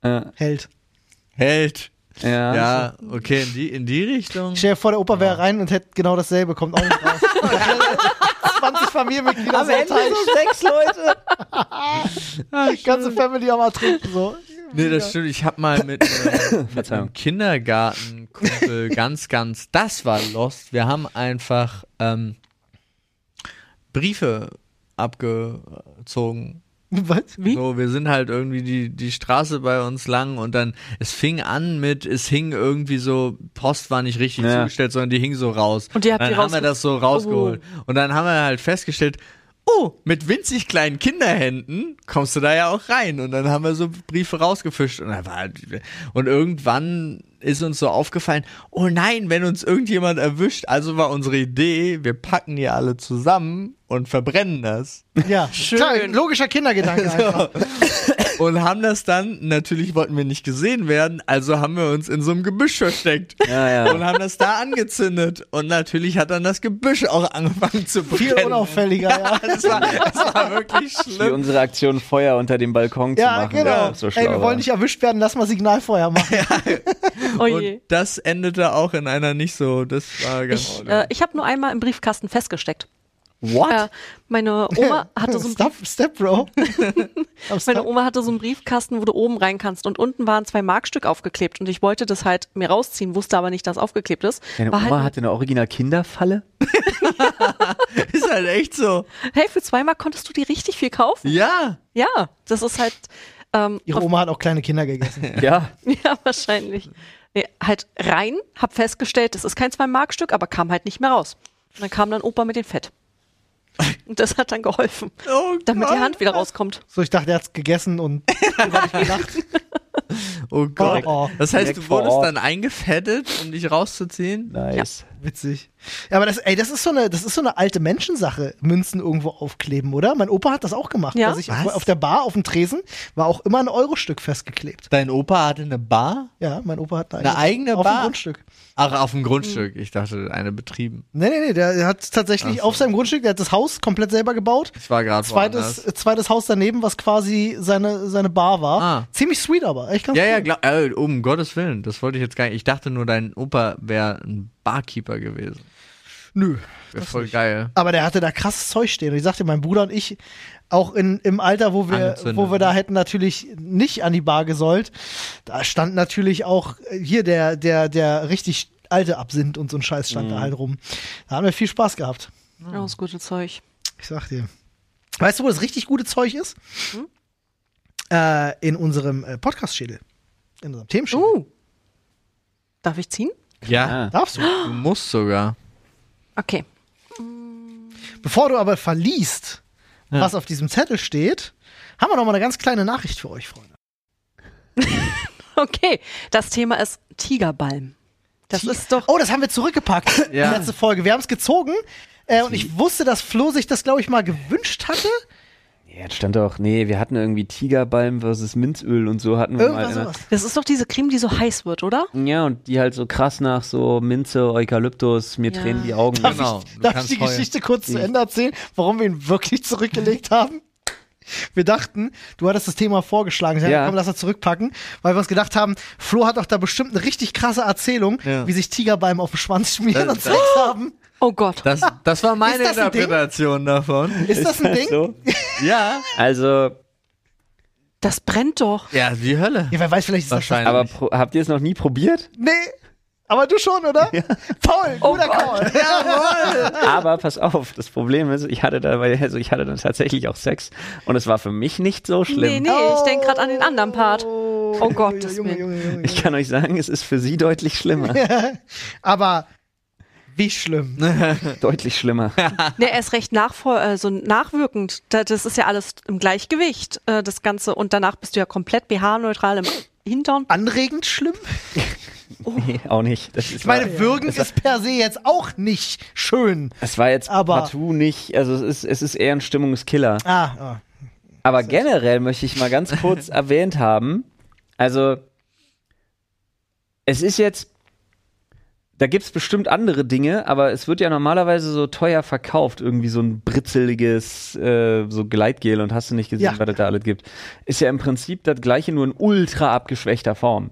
Äh,
Held.
Held.
ja.
Ja, okay, in die, in die Richtung.
Ich stell dir vor, der Opa wäre rein und hätte genau dasselbe, kommt auch nicht raus. 20 Familienmitglieder
Am
so
Ende
teilt,
so sechs Leute.
die ganze Family am Ertrinken so.
Nee, das stimmt. Ich hab mal mit, äh, mit
Verzeihung.
einem Kindergartenkumpel ganz, ganz, das war lost. Wir haben einfach ähm, Briefe abgezogen.
Was?
Wie?
So, wir sind halt irgendwie die, die Straße bei uns lang und dann, es fing an mit, es hing irgendwie so, Post war nicht richtig
Ja.
zugestellt, sondern die hing so raus.
Und die habt
dann
ihr
haben wir
rausge- Oh.
das so rausgeholt. Und dann haben wir halt festgestellt, oh, mit winzig kleinen Kinderhänden kommst du da ja auch rein. Und dann haben wir so Briefe rausgefischt und, dann war, und halt, irgendwann ist uns so aufgefallen, oh nein, wenn uns irgendjemand erwischt. Also war unsere Idee, wir packen die alle zusammen und verbrennen das.
Ja, schön. Klar, logischer Kindergedanke einfach.
Und haben das dann, natürlich wollten wir nicht gesehen werden, also haben wir uns in so einem Gebüsch versteckt
Ja, ja.
und haben das da angezündet. Und natürlich hat dann das Gebüsch auch angefangen zu
Viel
brennen.
unauffälliger, ja.
Das war, das war wirklich
Wie
schlimm.
unsere Aktion Feuer unter dem Balkon zu
Ne? Ja,
machen.
genau.
so schlau
Ey, wir
war.
wollen nicht erwischt werden, lass mal Signalfeuer machen.
Oh je.
Und das endete auch in einer nicht so, das war ganz
Ich, äh, ich habe nur einmal im Briefkasten festgesteckt.
What?
Äh, meine Oma hatte so einen
Stop, Step, Bro. Am
Meine
Stop.
Oma hatte so einen Briefkasten, wo du oben rein kannst und unten waren zwei Markstück aufgeklebt und ich wollte das halt mir rausziehen, wusste aber nicht, dass aufgeklebt ist.
Deine
War
Oma
halt,
hatte eine original Kinderfalle?
Ist halt echt so.
hey, für zwei Mark konntest du dir richtig viel kaufen?
Ja.
Ja, das ist halt, ähm,
Ihre Oma hat auch kleine Kinder gegessen.
Ja.
ja, wahrscheinlich. Nee, halt rein, hab festgestellt, das ist kein zwei Markstück, aber kam halt nicht mehr raus. Und dann kam dann Opa mit dem Fett. Und das hat dann geholfen,
Oh
damit
Gott.
die Hand wieder rauskommt.
So, ich dachte, er hat's gegessen und
Oh Gott.
Oh, oh.
Das heißt,
Direkt
du
vor
wurdest
Ort.
dann eingefettet, um dich rauszuziehen?
Nice.
witzig. Ja, aber das, ey, das ist so eine, das ist so eine alte Menschensache, Münzen irgendwo aufkleben, oder? Mein Opa hat das auch gemacht.
Ja.
Bei sich
Was?
auf der Bar, auf dem Tresen, war auch immer ein Eurostück festgeklebt.
Dein Opa hatte eine Bar?
Ja, mein Opa hat
Eine eigene
auf
Bar?
dem Grundstück.
Ach, auf dem Grundstück.
Hm.
Ich dachte, eine betrieben.
Nee, nee, nee, der hat tatsächlich
Ach so.
auf seinem Grundstück, der hat das Haus komplett selber gebaut.
Ich war gerade
Zweites, äh, zweites Haus daneben, was quasi seine, seine Bar war.
Ah.
Ziemlich sweet aber, echt ganz
Ja,
cool.
ja, glaub, äh, um Gottes Willen. Das wollte ich jetzt gar nicht. Ich dachte nur, dein Opa wäre ein Barkeeper gewesen.
Nö.
Wäre voll geil.
Aber der hatte da krasses Zeug stehen. Und ich sagte, mein Bruder und ich, auch in, im Alter, wo wir,
Angezündet,
wo wir da
ne?
hätten natürlich nicht an die Bar gesollt, da stand natürlich auch äh, hier der, der, der richtig alte Absinth und so ein Scheiß stand
Mhm.
da halt rum. Da haben wir viel Spaß gehabt.
Ja, das gute Zeug.
Ich sag dir. Weißt du, wo das richtig gute Zeug ist? Äh, in unserem äh, Podcast-Schädel. In unserem Themenschädel.
Uh. Darf ich ziehen?
Ja,
Darfst du.
du musst sogar.
Okay.
Bevor du aber verliest,
Ja.
was auf diesem Zettel steht, haben wir noch mal eine ganz kleine Nachricht für euch, Freunde.
Okay, das Thema ist Tigerbalm. Das
Die-
ist doch.
Oh, das haben wir zurückgepackt.
Ja.
Die letzte Folge. Wir haben es gezogen. Äh, und ich wusste, dass Flo sich das, glaube ich, mal gewünscht hatte.
Ja, jetzt stand doch, nee, wir hatten irgendwie Tigerbalm versus Minzöl und so hatten wir
Irgendwas
Hm, mal.
sowas.
Das ist doch diese Creme, die so heiß wird, oder?
Ja, und die halt so krass nach so Minze, Eukalyptus, mir
Ja.
tränen die Augen.
Darf
Genau.
Oh, du
Darf ich
kannst
die
heulen.
Geschichte kurz zu Ende erzählen, warum wir ihn wirklich zurückgelegt haben? Wir dachten, du hattest das Thema vorgeschlagen, ich ja.
Ja.
komm, lass das zurückpacken, weil wir uns gedacht haben, Flo hat doch da bestimmt eine richtig krasse Erzählung,
Ja.
wie sich Tigerbalm auf den Schwanz schmieren
Das-
und Sex haben.
Oh Gott.
Das, das war meine
Ist das ein Ding?
Interpretation davon.
Ist das ein Ding?
Genau. So?
Ja.
Also,
Das brennt doch.
Ja, wie Hölle.
Ja, wer weiß, vielleicht ist das schon.
Wahrscheinlich.
aber pro, habt ihr es noch nie probiert?
Nee, aber du schon, oder? Paul, guter Paul.
Aber pass auf, das Problem ist, ich hatte dabei, also ich hatte dann tatsächlich auch Sex und es war für mich nicht so
Nee,
schlimm.
nee, ich denke gerade an den anderen Part. Oh Gott, das
Junge,
mir.
Junge, Junge,
Ich kann euch sagen, es ist für sie deutlich schlimmer.
Aber wie schlimm.
Ne? Deutlich schlimmer.
Nee, er ist Ne, recht nachvor äh, so nachwirkend. Da- Das ist ja alles im Gleichgewicht, äh, das Ganze. Und danach bist du ja komplett BH-neutral im Hintern.
Anregend schlimm?
Nee, auch nicht. Das ist
Ich meine, würgen ist per se jetzt auch nicht schön.
Es war jetzt
Aber-
partout nicht, also es ist, es ist eher ein Stimmungskiller.
Ah, ah.
Aber generell möchte ich mal ganz kurz erwähnt haben, also es ist jetzt, da gibt es bestimmt andere Dinge, aber es wird ja normalerweise so teuer verkauft, irgendwie so ein britzeliges äh, so Gleitgel und hast du nicht gesehen,
Ja.
was es da alles gibt. Ist ja im Prinzip das gleiche, nur in ultra abgeschwächter Form.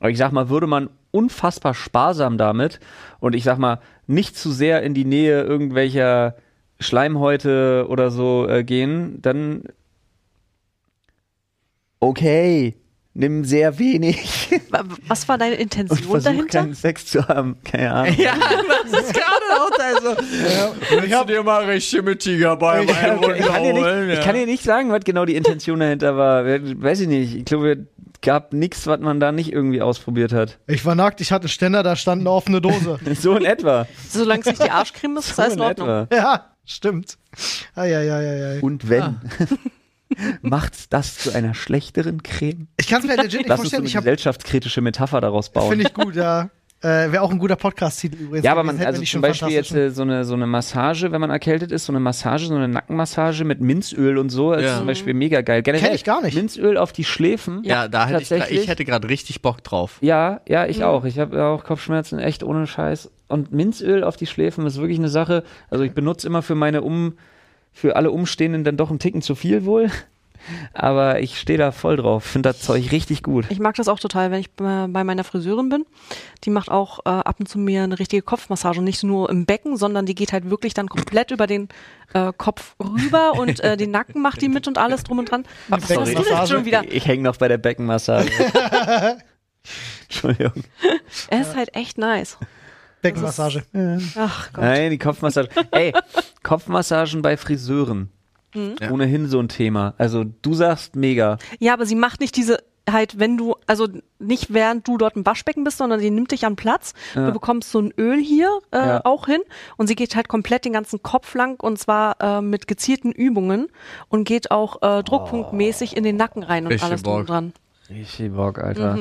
Aber ich sag mal, würde man unfassbar sparsam damit und ich sag mal, nicht zu sehr in die Nähe irgendwelcher Schleimhäute oder so äh, gehen, dann okay, nimm sehr wenig.
Wa- Was war deine
Und
Intention
versuch
dahinter?
keinen Sex zu haben. Keine Ahnung.
Ja, das ist gerade auch also. Willst du dir mal richtig mit Tigerbein
Ich kann, ich, kann dir nicht, ich kann dir nicht sagen, was genau die Intention dahinter war. Äh, Weiß ich nicht. Ich glaube, es gab nichts, was man da nicht irgendwie ausprobiert hat.
Ich war nackt, ich hatte einen Ständer, da stand eine offene Dose.
So in etwa.
Solange es nicht die Arschcreme ist, ist
So
alles
in
in Ordnung.
etwa.
ja, stimmt. Ah, ja, ja, ja, ja.
Und wenn. Macht das zu einer schlechteren Creme?
Ich kann es mir halt legit nicht
Lass uns so
vorstellen.
eine
Ich habe
gesellschaftskritische Metapher daraus bauen.
Finde ich gut, ja. Äh, Wäre auch ein guter Podcast-Titel übrigens.
Ja, aber man,
gewesen, hätten wir
also
nicht
zum
schon
Beispiel jetzt
fantastisch.
äh, so eine, so eine Massage, wenn man erkältet ist, so eine Massage, so eine Nackenmassage mit Minzöl und so, ist
Ja.
zum Beispiel mega geil. Generell,
Kenn ich gar nicht.
Minzöl auf die Schläfen.
Ja, da hätte ich, gra-
tatsächlich.
ich hätte gerade richtig Bock drauf.
Ja, ja, ich auch. Ich habe auch Kopfschmerzen, echt ohne Scheiß. Und Minzöl auf die Schläfen ist wirklich eine Sache. Also ich benutze immer für meine um, für alle Umstehenden dann doch einen Ticken zu viel wohl. Aber ich stehe da voll drauf. Finde das Zeug richtig gut.
Ich mag das auch total, wenn ich bei bei meiner Friseurin bin. Die macht auch äh, ab und zu mir eine richtige Kopfmassage und nicht nur im Becken, sondern die geht halt wirklich dann komplett über den äh, Kopf rüber und äh, den Nacken macht die mit und alles drum und dran. Was
sorry.
hast du denn schon wieder?
Ich hänge noch bei der Beckenmassage. Entschuldigung.
Er ist halt echt nice.
äh,
Beckenmassage.
Ach Gott.
Nein, die Kopfmassage. Ey, Kopfmassagen bei Friseuren.
Ja.
Ohnehin so ein Thema. Also du sagst mega.
Ja, aber sie macht nicht diese halt, wenn du, also nicht während du dort im Waschbecken bist, sondern sie nimmt dich an Platz. Du bekommst so ein Öl hier äh,
Ja.
auch hin und sie geht halt komplett den ganzen Kopf lang und zwar äh, mit gezielten Übungen und geht auch
Oh.
äh, druckpunktmäßig in den Nacken rein und
Richtig
alles drum und
Bock.
dran.
Richtig Bock, Alter.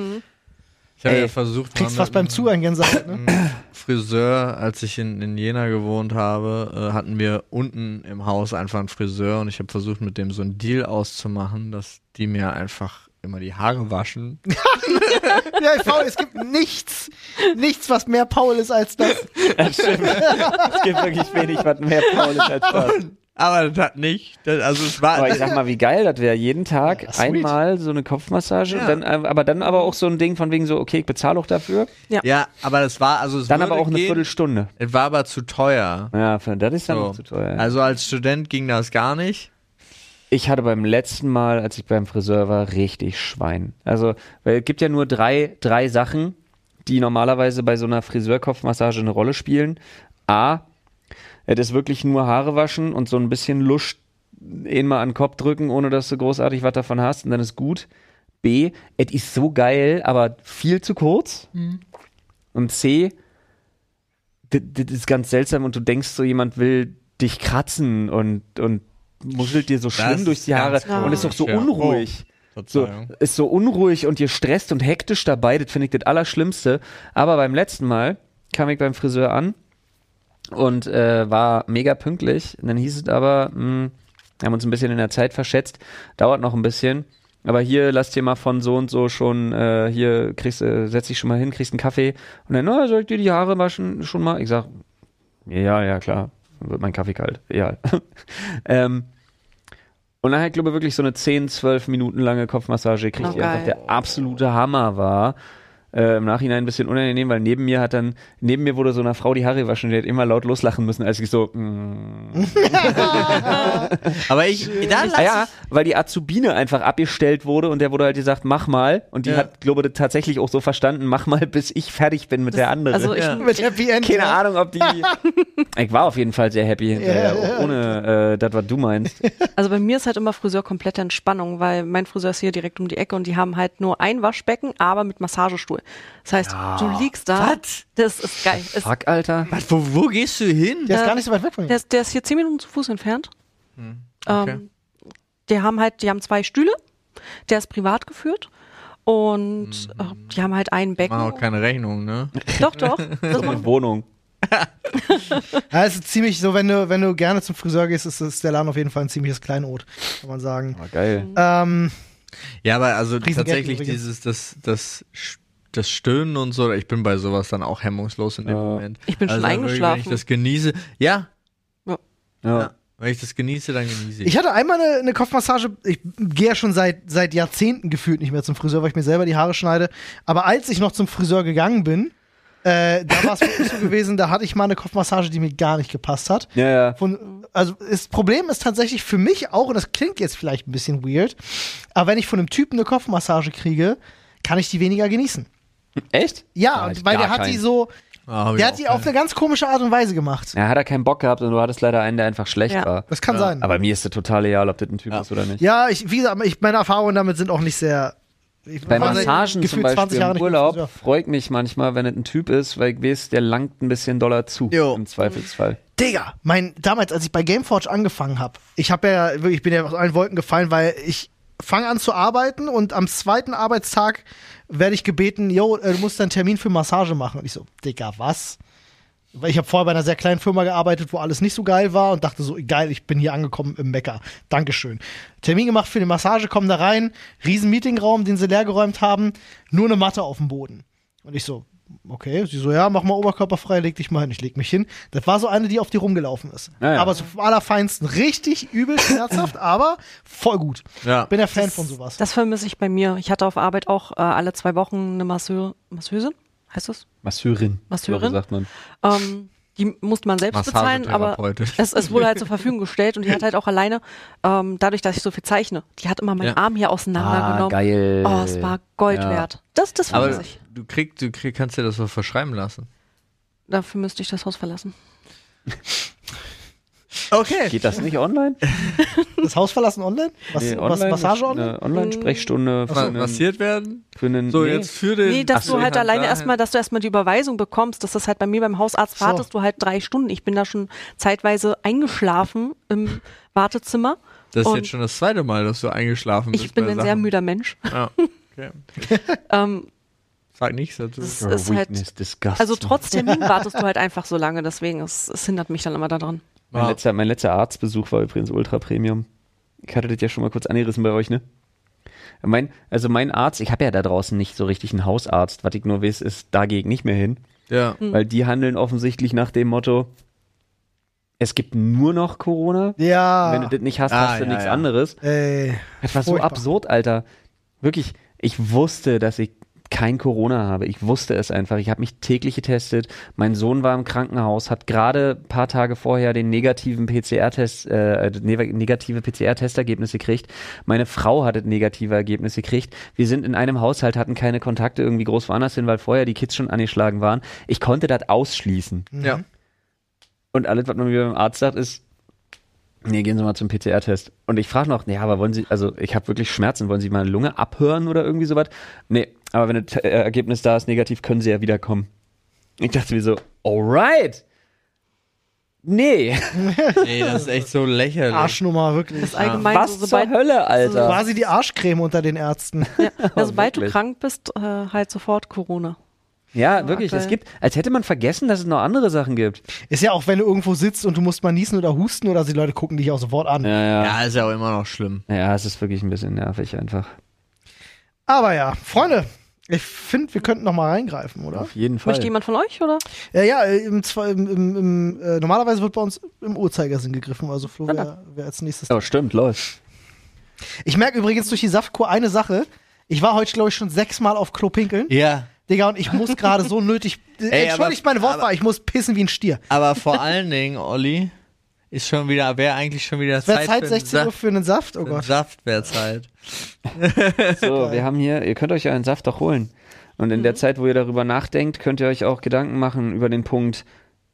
Ich habe
Ey.
ja versucht,
Kriegst
mal
fast
mit
beim
einem
Zuhören Gänsehaut, ne?
Mhm.
Friseur, als ich in, in Jena gewohnt habe, äh, hatten wir unten im Haus einfach einen Friseur und ich habe versucht, mit dem so einen Deal auszumachen, dass die mir einfach immer die Haare waschen.
Ja, Paul, es gibt nichts, nichts, was mehr Paul ist als das.
Es gibt wirklich wenig, was mehr Paul ist als das.
Aber das hat nicht. Das, also es war.
Aber ich sag mal, wie geil das wäre. Jeden Tag
Ja, sweet.
einmal so eine Kopfmassage,
Ja.
dann, äh, aber dann aber auch so ein Ding von wegen so, okay, ich bezahle auch dafür.
ja, aber das war also es
Dann aber
würde
auch eine
gehen,
Viertelstunde.
Es war aber zu teuer.
Ja, für- das ist dann
So.
auch zu teuer. Also,
Also als Student ging das gar nicht.
ich hatte beim letzten Mal, als ich beim Friseur war, richtig Schwein. Also, weil es gibt ja nur drei, drei Sachen, die normalerweise bei so einer Friseurkopfmassage eine Rolle spielen. A, es ist wirklich nur Haare waschen und so ein bisschen Lust ihn mal an den Kopf drücken, ohne dass du großartig was davon hast und dann ist gut. B, es ist so geil, aber viel zu kurz. Und C, d- d- das ist ganz seltsam und du denkst so, jemand will dich kratzen und, und muschelt dir so schlimm
ist
durch die Haare
ganz
und ist doch so
komisch, ja.
unruhig. So,
Verzeihung.
ist so unruhig und ihr stresst und hektisch dabei, das finde ich das Allerschlimmste. Aber beim letzten Mal kam ich beim Friseur an und äh, war mega pünktlich. Und dann hieß es aber, mh, wir haben uns ein bisschen in der Zeit verschätzt, dauert noch ein bisschen. Aber hier lasst ihr mal von so und so schon, äh, hier kriegst, äh, setz dich schon mal hin, kriegst einen Kaffee. Und dann, na, soll ich dir die Haare waschen schon mal? Ich sag, ja, ja, klar. Dann wird mein Kaffee kalt. Egal. ähm, und nachher, glaube ich, wirklich so eine 10, 12 Minuten lange Kopfmassage gekriegt,
Oh,
die einfach
geil.
der absolute Hammer war. Äh, Im Nachhinein ein bisschen unangenehm, weil neben mir hat dann, neben mir wurde so einer Frau die Haare gewaschen, die hat immer laut loslachen müssen, als ich so, mm.
Aber ich, da lass
ah, ja, weil die Azubine einfach abgestellt wurde und der wurde halt gesagt, mach mal. Und die
Ja.
hat, glaube ich, tatsächlich auch so verstanden, mach mal, bis ich fertig bin mit der anderen.
Also ich,
Ja.
Mit Happy End.
Keine Ahnung, ob die. ich war auf jeden Fall sehr happy
Ja,
hinterher,
ja.
auch ohne äh, das, was du meinst.
Also bei mir ist halt immer Friseur komplette Entspannung, weil mein Friseur ist hier direkt um die Ecke und die haben halt nur ein Waschbecken, aber mit Massagestuhl. Das heißt, du liegst da.
Was?
Das ist geil. Ist,
Fuck, Alter.
Was, wo, wo gehst du hin?
Der ist gar nicht so weit weg von
der,
mir.
ist, der ist hier zehn Minuten zu Fuß entfernt.
okay.
Ähm, die haben halt, die haben zwei Stühle, der ist privat geführt und äh, die haben halt ein Becken.
Mach auch keine Rechnung, ne?
Doch, doch. Das machen,
Wohnung.
Ja, es ist ziemlich so, wenn du, wenn du gerne zum Friseur gehst, ist, ist der Laden auf jeden Fall ein ziemliches Kleinod, kann man sagen.
Ah, geil.
Ähm,
Ja, aber also
Riesengeld
tatsächlich
übrigens.
dieses, das, das, Sch- das Stöhnen und so, ich bin bei sowas dann auch hemmungslos in dem
Ja.
Moment.
Ich bin schon
also wirklich, Wenn ich
eingeschlafen.
das genieße, ja,
Ja.
ja, wenn ich das genieße, dann genieße ich.
ich hatte einmal eine, eine Kopfmassage, ich gehe ja schon seit, seit Jahrzehnten gefühlt nicht mehr zum Friseur, weil ich mir selber die Haare schneide. Aber als ich noch zum Friseur gegangen bin, äh, da war es wirklich so gewesen, da hatte ich mal eine Kopfmassage, die mir gar nicht gepasst hat.
Ja, ja.
Von, also das Problem ist tatsächlich für mich auch, und das klingt jetzt vielleicht ein bisschen weird, aber wenn ich von einem Typen eine Kopfmassage kriege, kann ich die weniger genießen.
Echt?
Ja,
ich
weil
gar
der hat die
keinen.
so,
Ah, hab ich
der
auch
hat die auf
keine-
eine ganz komische Art und Weise gemacht.
Ja, hat er keinen Bock gehabt und du hattest leider einen, der einfach schlecht
Ja.
war.
Das kann sein.
Aber mir ist das total egal, ob das ein Typ
Ja.
ist oder nicht.
Ja, ich, wie gesagt, ich, meine Erfahrungen damit sind auch nicht sehr Ich
Bei
war seit
Massagen zum
gefühlt 20
Beispiel
Jahren
im
nicht mehr Friseur.
Urlaub freut mich manchmal, wenn es ein Typ ist, weil ich weiß, der langt ein bisschen Dollar zu
Jo.
im Zweifelsfall.
Digga, mein, damals, als ich bei Gameforge angefangen habe, ich habe ja, wirklich- ich bin ja aus allen Wolken gefallen, weil ich fange an zu arbeiten und am zweiten Arbeitstag werde ich gebeten, yo, äh, du musst einen Termin für Massage machen. Und ich so, Digga, was? Weil ich habe vorher bei einer sehr kleinen Firma gearbeitet, wo alles nicht so geil war und dachte so, geil, ich bin hier angekommen im Mecker. Dankeschön. Termin gemacht für die Massage, kommen da rein, riesen Meetingraum, den sie leergeräumt haben, nur eine Matte auf dem Boden. Und ich so, okay, sie so, ja, mach mal Oberkörper frei, leg dich mal hin, ich leg mich hin. Das war so eine, die auf die rumgelaufen ist.
Ja, ja.
Aber so vom allerfeinsten, richtig übel, schmerzhaft, aber voll gut.
Ja.
Bin ja Fan von sowas.
Das vermisse ich bei mir. Ich hatte auf Arbeit auch äh, alle zwei Wochen eine Masseur, Masseuse, heißt es?
Masseurin.
Masseurin?
Glaube, sagt man.
Ähm, die musste man selbst bezahlen, aber
Massagetherapeutin.
es, es wurde halt zur Verfügung gestellt und die hat halt auch alleine, ähm, dadurch, dass ich so viel zeichne, die hat immer meinen
Ja.
Arm hier auseinandergenommen.
Ah, geil.
Oh, es war Gold
Ja.
wert. Das, das vermisse
Aber
ich.
du kriegst, du krieg, kannst dir das so verschreiben lassen.
Dafür müsste ich das Haus verlassen.
Okay.
Geht das nicht online?
Das Haus verlassen online? Was,
Nee,
was Massage online?
Eine Online-Sprechstunde für, einen-
Massiert werden.
für einen.
So,
nee.
jetzt für den.
Nee, dass du halt alleine erstmal, dass du erstmal die Überweisung bekommst, dass das halt bei mir beim Hausarzt
So.
wartest du halt drei Stunden. Ich bin da schon zeitweise eingeschlafen im Wartezimmer.
Das ist
und
jetzt schon das zweite Mal, dass du eingeschlafen bist.
ich bin
bei
ein
Sachen.
sehr müder Mensch.
Ja. Okay.
Ähm,
Sag nichts dazu.
das
Your
ist halt,
weakness disgusts
also
me.
trotz Termin wartest du halt einfach so lange, deswegen, es, es hindert mich dann immer daran.
Mein,
Wow.
letzter, mein letzter Arztbesuch war übrigens Ultra Premium. Ich hatte das ja schon mal kurz angerissen bei euch, ne? Mein, also mein Arzt, ich habe ja da draußen nicht so richtig einen Hausarzt. Was ich nur weiß, ist, da gehe ich nicht mehr hin.
Ja.
Weil die handeln offensichtlich nach dem Motto, es gibt nur noch Corona. äh, Wenn du
Ja.
das nicht hast,
Ah,
hast du
ja,
nichts
ja.
anderes.
Ey.
Das war so
Furchtbar.
absurd, Alter. Wirklich, ich wusste, dass ich kein Corona habe. Ich wusste es einfach. Ich habe mich täglich getestet. Mein Sohn war im Krankenhaus, hat gerade ein paar Tage vorher den negativen PCR-Test, äh, das ne- negative PCR-Testergebnis gekriegt. Meine Frau hatte negative Ergebnisse gekriegt. Wir sind in einem Haushalt, hatten keine Kontakte irgendwie groß woanders hin, weil vorher die Kids schon angeschlagen waren. Ich konnte das ausschließen.
ja.
Und alles, was man mir beim Arzt sagt, ist, nee, gehen Sie mal zum PCR-Test. Und ich frage noch, nee, aber wollen Sie, also ich habe wirklich Schmerzen, wollen Sie meine Lunge abhören oder irgendwie sowas? Nee, aber wenn das äh, Ergebnis da ist, negativ, können Sie ja wiederkommen. Ich dachte mir so, alright. Nee,
Ey, das ist echt so lächerlich.
Arschnummer, wirklich.
Das allgemein,
was
so,
zur
sobald,
Hölle, Alter.
Quasi die Arschcreme unter den Ärzten.
ja, also sobald du
Wirklich.
krank bist, äh, halt sofort Corona.
Ja, wirklich,
okay.
es gibt, als hätte man vergessen, dass es noch andere Sachen gibt.
Ist ja auch, wenn du irgendwo sitzt und du musst mal niesen oder husten oder die Leute gucken dich auch sofort an.
Ja, ja.
Ja, ist ja auch immer noch schlimm.
Ja, es ist wirklich ein bisschen nervig einfach.
Aber ja, Freunde, ich finde, wir könnten noch mal reingreifen, oder?
Auf jeden Fall.
Möchte jemand von euch, oder?
Ja, ja, im, Zwe- im, im, im, äh, normalerweise wird bei uns im Uhrzeigersinn gegriffen, also Flo wäre wär als nächstes.
oh, stimmt, läuft.
Ich merke übrigens durch die Saftkur eine Sache. Ich war heute, glaube ich, schon sechsmal auf Klo pinkeln.
Ja.
Digga, und ich muss gerade so nötig.
Ey,
entschuldigt
aber-
meine Wortwahl, ich muss pissen wie ein Stier.
Aber vor allen Dingen, Olli, ist schon wieder, wäre eigentlich schon wieder
Wäre
Zeit,
Zeit,
für einen
16 Uhr
Saft.
für einen Saft? Oh
Für einen
Gott.
Saft wäre Zeit.
So, wir haben hier, ihr könnt euch euren Saft doch holen. Und in der Zeit, wo ihr darüber nachdenkt, könnt ihr euch auch Gedanken machen über den Punkt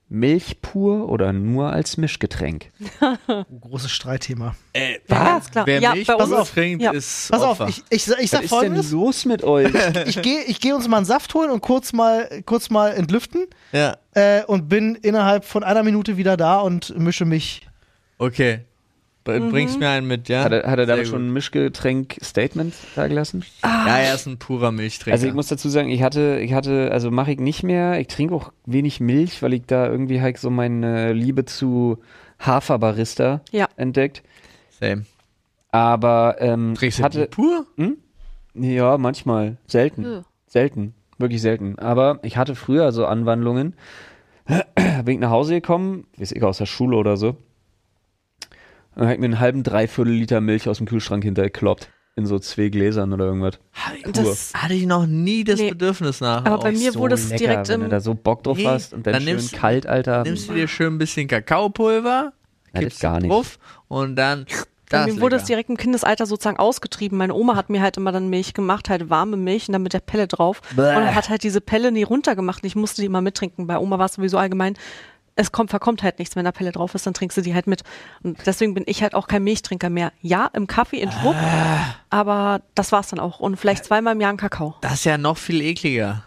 Milch pur oder nur als Mischgetränk.
Oh, großes Streitthema.
Ey,
Ja, ganz klar.
Wer
ja,
Milch
bei uns
Pass auf.
trinkt,
Ja.
ist
Pass
Opfer.
auf, ich, ich, ich
Was
sag
ist denn
folgendes.
los mit euch?
ich gehe ich geh uns mal einen Saft holen und kurz mal, kurz mal entlüften
ja.
äh, und bin innerhalb von einer Minute wieder da und mische mich.
Okay. B-
Mhm.
Bringst mir einen mit, ja?
Hat er, hat er
Sehr
damit
gut.
schon ein Mischgetränk-Statement da gelassen?
Ja, er ist ein purer Milchträger.
Also ich muss dazu sagen, ich hatte, ich hatte, also mache ich nicht mehr. Ich trinke auch wenig Milch, weil ich da irgendwie halt so meine Liebe zu Haferbarista
Ja.
entdeckt.
Same.
Aber ähm,
Trinkst du die
hatte,
pur?
Ja, manchmal. Selten.
Hm.
Ja.
Selten. Wirklich selten. Aber ich hatte früher so Anwandlungen. Bin ich nach Hause gekommen, weiß ich, aus der Schule oder so. Und dann hab ich mir einen halben Dreiviertel Liter Milch aus dem Kühlschrank hintergekloppt. In so zwei Gläsern oder irgendwas.
Das,
Hatte ich noch nie das
Nee.
Bedürfnis nach.
aber bei
Oh,
mir
so
wurde es
lecker,
direkt
Wenn du
im
da so Bock drauf
Nee,
hast und dann,
dann
schön
nimmst-
kalt, Alter.
Nimmst du dir schön ein bisschen Kakaopulver,
das
gibst
gar nicht.
drauf und dann.
Bei
Das
mir
ist
wurde
lecker.
es direkt im Kindesalter sozusagen ausgetrieben. Meine Oma hat mir halt immer dann Milch gemacht, halt warme Milch und dann mit der Pelle drauf.
Bäh.
Und hat halt diese Pelle nie runtergemacht. und Ich musste die immer mittrinken. Bei Oma war es sowieso allgemein es kommt, verkommt halt nichts. Wenn da Pelle drauf ist, dann trinkst du die halt mit. Und deswegen bin ich halt auch kein Milchtrinker mehr. Ja, im Kaffee, in Schwupp, aber das war's dann auch. Und vielleicht zweimal im Jahr einen Kakao.
Das ist ja noch viel ekliger.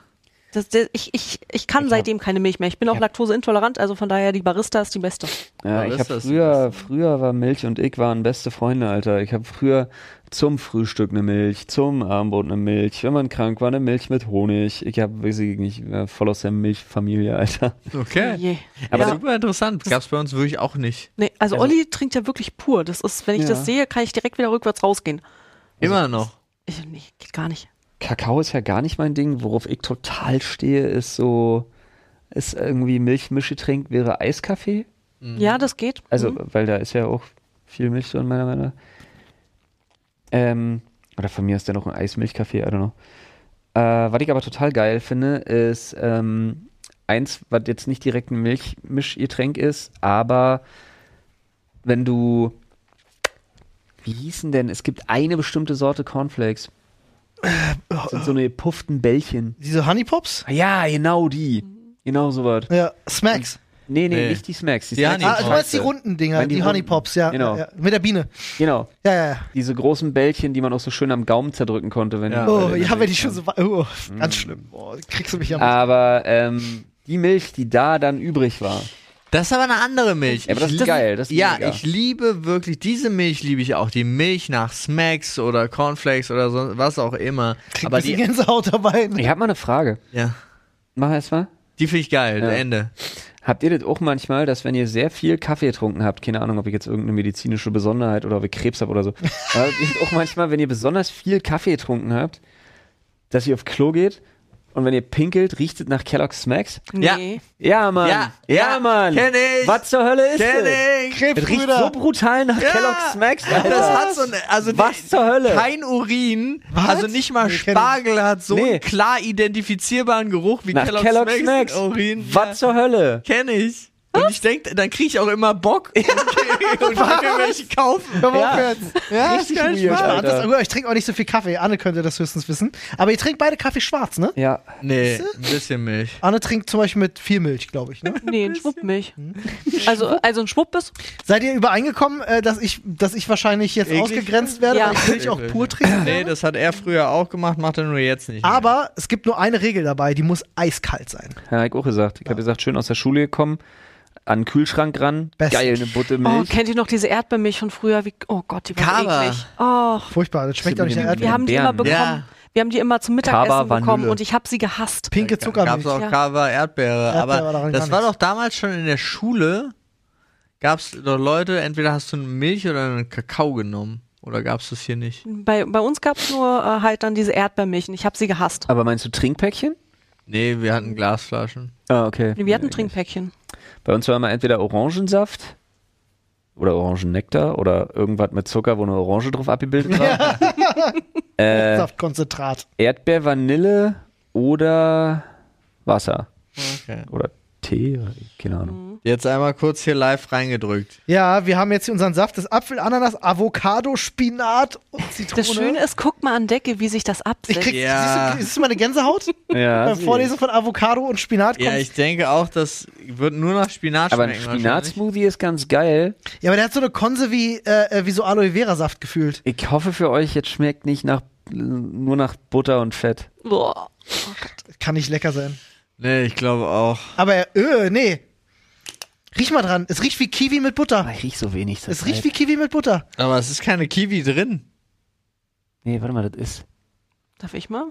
Das, das, ich, ich, ich kann seitdem keine Milch mehr. Ich bin auch laktoseintolerant, also von daher die Barista ist die beste.
Ja,
Aber
ich
ist
habe
das ne?
früher, früher war Milch und ich waren beste Freunde, Alter. Ich habe früher zum Frühstück eine Milch, zum Abendbrot eine Milch, wenn man krank war eine Milch mit Honig. Ich habe, weiß ich nicht, war voll aus der Milchfamilie, Alter.
Okay.
Je.
Aber
ja.
super interessant. Gab's bei uns wirklich auch nicht.
Nee, also,
Also-
Olli trinkt ja wirklich pur. Das ist, wenn ich
Ja.
das sehe, kann ich direkt wieder rückwärts rausgehen.
Immer noch.
Ich, nee, geht gar nicht.
Kakao ist ja gar nicht mein Ding. Worauf ich total stehe, ist so, ist irgendwie Milchmischetrink wäre Eiskaffee.
Ja, das geht.
Also,
Mhm.
weil da ist ja auch viel Milch drin, meiner Meinung nach. Ähm, oder von mir ist der noch ein Eismilchkaffee, I don't know. Äh, was ich aber total geil finde, ist ähm, eins, was jetzt nicht direkt ein Milchmischgetränk ist, aber wenn du. Wie hießen denn? Es gibt eine bestimmte Sorte Cornflakes. Das sind so eine pufften Bällchen.
Diese Honey Pops?
Ja, genau die. Genau sowas.
Ja, Smacks.
Nee, nee,
Nee.
nicht die Smacks. Die
Die
Smacks
Honey
Ah,
sind
du
Pops.
meinst die
scheiße.
runden Dinger,
Nein, die
die, Honey
runden.
Pops, ja,
Genau.
ja. Mit der Biene.
Genau.
Ja, ja, ja.
diese großen Bällchen, die man auch so schön am Gaumen zerdrücken konnte. Wenn
Ja.
Oh,
wenn-
ja, wenn die schon so. wa- Oh,
Mm.
ganz schlimm. Oh, kriegst du mich
Ah,
am.
Aber ähm, die Milch, die da dann übrig war.
Das ist aber eine andere Milch.
Ja, aber das
Ich
ist
lieb-
geil, das ist
ja,
mega.
ich liebe wirklich, diese Milch liebe ich auch. Die Milch nach Smacks oder Cornflakes oder so, was auch immer.
Krieg
aber
ein bisschen
die,
Gänsehaut dabei.
Ich habe mal eine Frage.
ja,
Mach erst mal.
die finde ich geil.
Ja.
Ende.
Habt ihr das auch manchmal, dass wenn ihr sehr viel Kaffee getrunken habt, keine Ahnung, ob ich jetzt irgendeine medizinische Besonderheit oder ob ich Krebs habe oder so, aber habt ihr das auch manchmal, wenn ihr besonders viel Kaffee getrunken habt, dass ihr auf Klo geht und wenn ihr pinkelt, riecht es nach Kellogg's Smacks?
Ja.
Mhm. Nee.
Ja, Mann.
Ja,
Ja,
ja,
Mann.
kenn ich.
Was zur Hölle ist das?
Krebs,
Es riecht so brutal nach
Ja.
Kellogg's Smacks. Alter.
Das hat so eine, also
Was
nee,
zur Hölle?
Kein Urin,
Was?
also nicht mal
Nee, kenn ich.
Spargel hat so einen
Nee.
klar identifierbaren Geruch wie
Nach
Kellogg's,
Kellogg's
Smacks.
Smacks.
Urin.
Was zur Hölle?
Kenne ich. Und ich denke, dann kriege ich auch immer Bock und, und will mir welche kaufen.
Komm
Ja.
auf jetzt. Ja,
Richtig
kein
weird,
Spaß.
Alter.
Das- Ich trinke auch nicht so viel Kaffee. Anne könnte das höchstens wissen. Aber ihr trinkt beide Kaffee schwarz, ne?
Ja.
Nee, ein bisschen Milch.
Anne trinkt zum Beispiel mit viel Milch, glaube ich. Ne?
Nee, ein Schwuppmilch. Also, also ein Schwuppbiss.
Seid ihr übereingekommen, äh, dass ich, dass ich wahrscheinlich jetzt
Eklig.
ausgegrenzt werde,
Ja.
weil ich Milch auch pur trinke?
Nee, das hat er früher auch gemacht, macht er nur jetzt nicht. mehr.
Aber es gibt nur eine Regel dabei, die muss eiskalt sein.
Ja, hab ich auch gesagt. Ich hab habe gesagt, schön aus der Schule gekommen, an den Kühlschrank ran,
Best.
geil, eine
Oh,
Buttermilch.
kennt ihr noch diese Erdbeermilch von früher? Wie, oh Gott, die war so
Kaba.
eklig. Oh,
Furchtbar, das schmeckt auch nicht nach
Mit
wir
den
Erdbeeren.
haben die
Beeren.
immer bekommen.
Ja.
Wir haben die immer zum Mittagessen
Kaba,
bekommen
Vanille.
und ich habe sie gehasst.
Pinke
gab's
Zuckermilch.
auch
Ja.
Kava
war
Erdbeere, aber
daran
das
gar
war
nichts.
doch damals schon in der Schule. Gab's doch Leute, entweder hast du eine Milch oder einen Kakao genommen oder gab's das hier nicht?
Bei, bei uns gab es nur äh, halt dann diese Erdbeermilch und ich habe sie gehasst.
Aber meinst du Trinkpäckchen?
Nee, wir hatten Glasflaschen.
Ah, okay.
Wir hatten Trinkpäckchen.
Bei uns war immer entweder Orangensaft oder Orangennektar oder irgendwas mit Zucker, wo eine Orange drauf abgebildet war.
äh,
Äh,
Saftkonzentrat.
Erdbeer, Vanille oder Wasser
Okay.
oder Tee, keine Ahnung.
Jetzt einmal kurz hier live reingedrückt.
Ja, wir haben jetzt hier unseren Saft des Apfel, Ananas, Avocado, Spinat und Zitrone.
Das Schöne ist, guck mal an Decke, wie sich das
ich
absetzt.
krieg,
Ja.
siehst, du, siehst du meine Gänsehaut?
Ja,
Beim Vorlesen von Avocado und Spinat kommt.
Ja, ich denke auch, das wird nur nach Spinat
aber ein
schmecken. wahrscheinlich.
Spinatsmoothie ist ganz geil.
Ja, aber der hat so eine Konse wie, äh, äh, wie so Aloe Vera Saft gefühlt.
Ich hoffe für euch, jetzt schmeckt nicht nach nur nach Butter und Fett.
Boah.
Kann nicht lecker sein.
Nee, ich glaube auch.
Aber öh, nee. Riech mal dran. Es riecht wie Kiwi mit
Aber
Butter.
ich riech so wenig. zur
Es riecht
Zeit.
wie Kiwi mit Butter.
Aber es ist keine Kiwi drin.
Nee, warte mal, das ist.
Darf ich mal?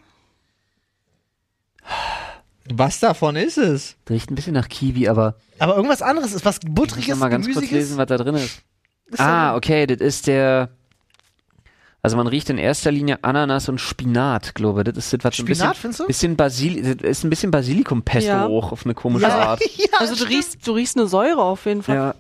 Was davon ist es?
Das riecht ein bisschen nach Kiwi, aber
Aber irgendwas anderes ist was
ich muss
buttriges,
noch mal ganz kurz
gemüsiges.
lesen, was da drin ist.
Ist
ah,
ja-
okay, das ist der. Also man riecht in erster Linie Ananas und Spinat, glaube ich. Das ist das, was ein bisschen,
Spinat, findest du?
bisschen Basil, das ist ein bisschen Basilikumpesto
Ja.
auch auf eine komische Art.
ja,
Also du
stimmt.
riechst, du riechst eine Säure auf jeden Fall.
Ja,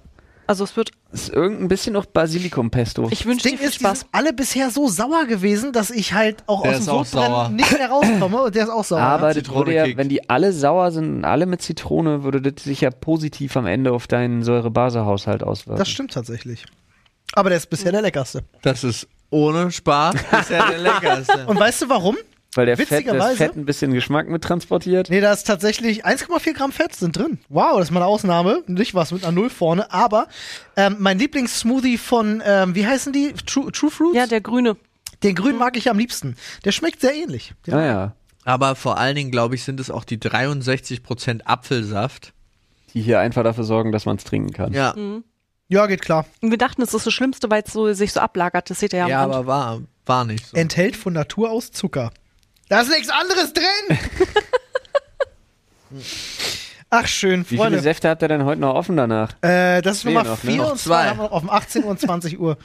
Also es wird,
ist irgendein bisschen auch Basilikumpesto.
ich
Das
wünsche dir
Ding
viel
ist, die
Spaß.
sind alle bisher so sauer gewesen, dass ich halt auch
Der
aus dem
ist auch sauer.
Sodbrennen nicht mehr rauskomme und der ist auch sauer.
Aber das
Zitrone
würde ja,
kickt.
wenn die alle sauer sind und alle mit Zitrone, würde das sich ja positiv am Ende auf deinen Säure-Base-Haushalt auswirken.
das stimmt tatsächlich. Aber der ist bisher der leckerste.
Das ist ohne Spaß bisher der leckerste.
Und weißt du warum?
Weil der Fett, das
Witzigerweise-
Fett ein bisschen Geschmack mit transportiert.
Nee, da ist tatsächlich 1,4 Gramm Fett sind drin. Wow, das ist mal eine Ausnahme. Nicht was mit einer Null vorne, aber ähm, mein Lieblingssmoothie von, ähm, wie heißen die? True, True Fruits?
Ja, der Grüne.
Den grünen mag ich am liebsten. Der schmeckt sehr ähnlich. Ja.
Ah ja,
Aber vor allen Dingen, glaube ich, sind es auch die 63% Apfelsaft.
die hier einfach dafür sorgen, dass man es trinken kann.
Ja,
Mhm.
ja, geht klar.
Und wir dachten, es ist das Schlimmste, weil es so, sich so ablagert. Das seht ihr ja, am
ja,
Rand.
aber war, war nicht so.
Enthält von Natur aus Zucker. Da ist nichts anderes drin! Ach, schön,
Wie viele
Freunde.
Säfte habt ihr denn heute noch offen danach?
Äh, das ist
Fehlen
Nummer
noch, ne?
4
Noch
und zwei
zwei.
haben wir noch auf dem 18 Uhr und 20 Uhr.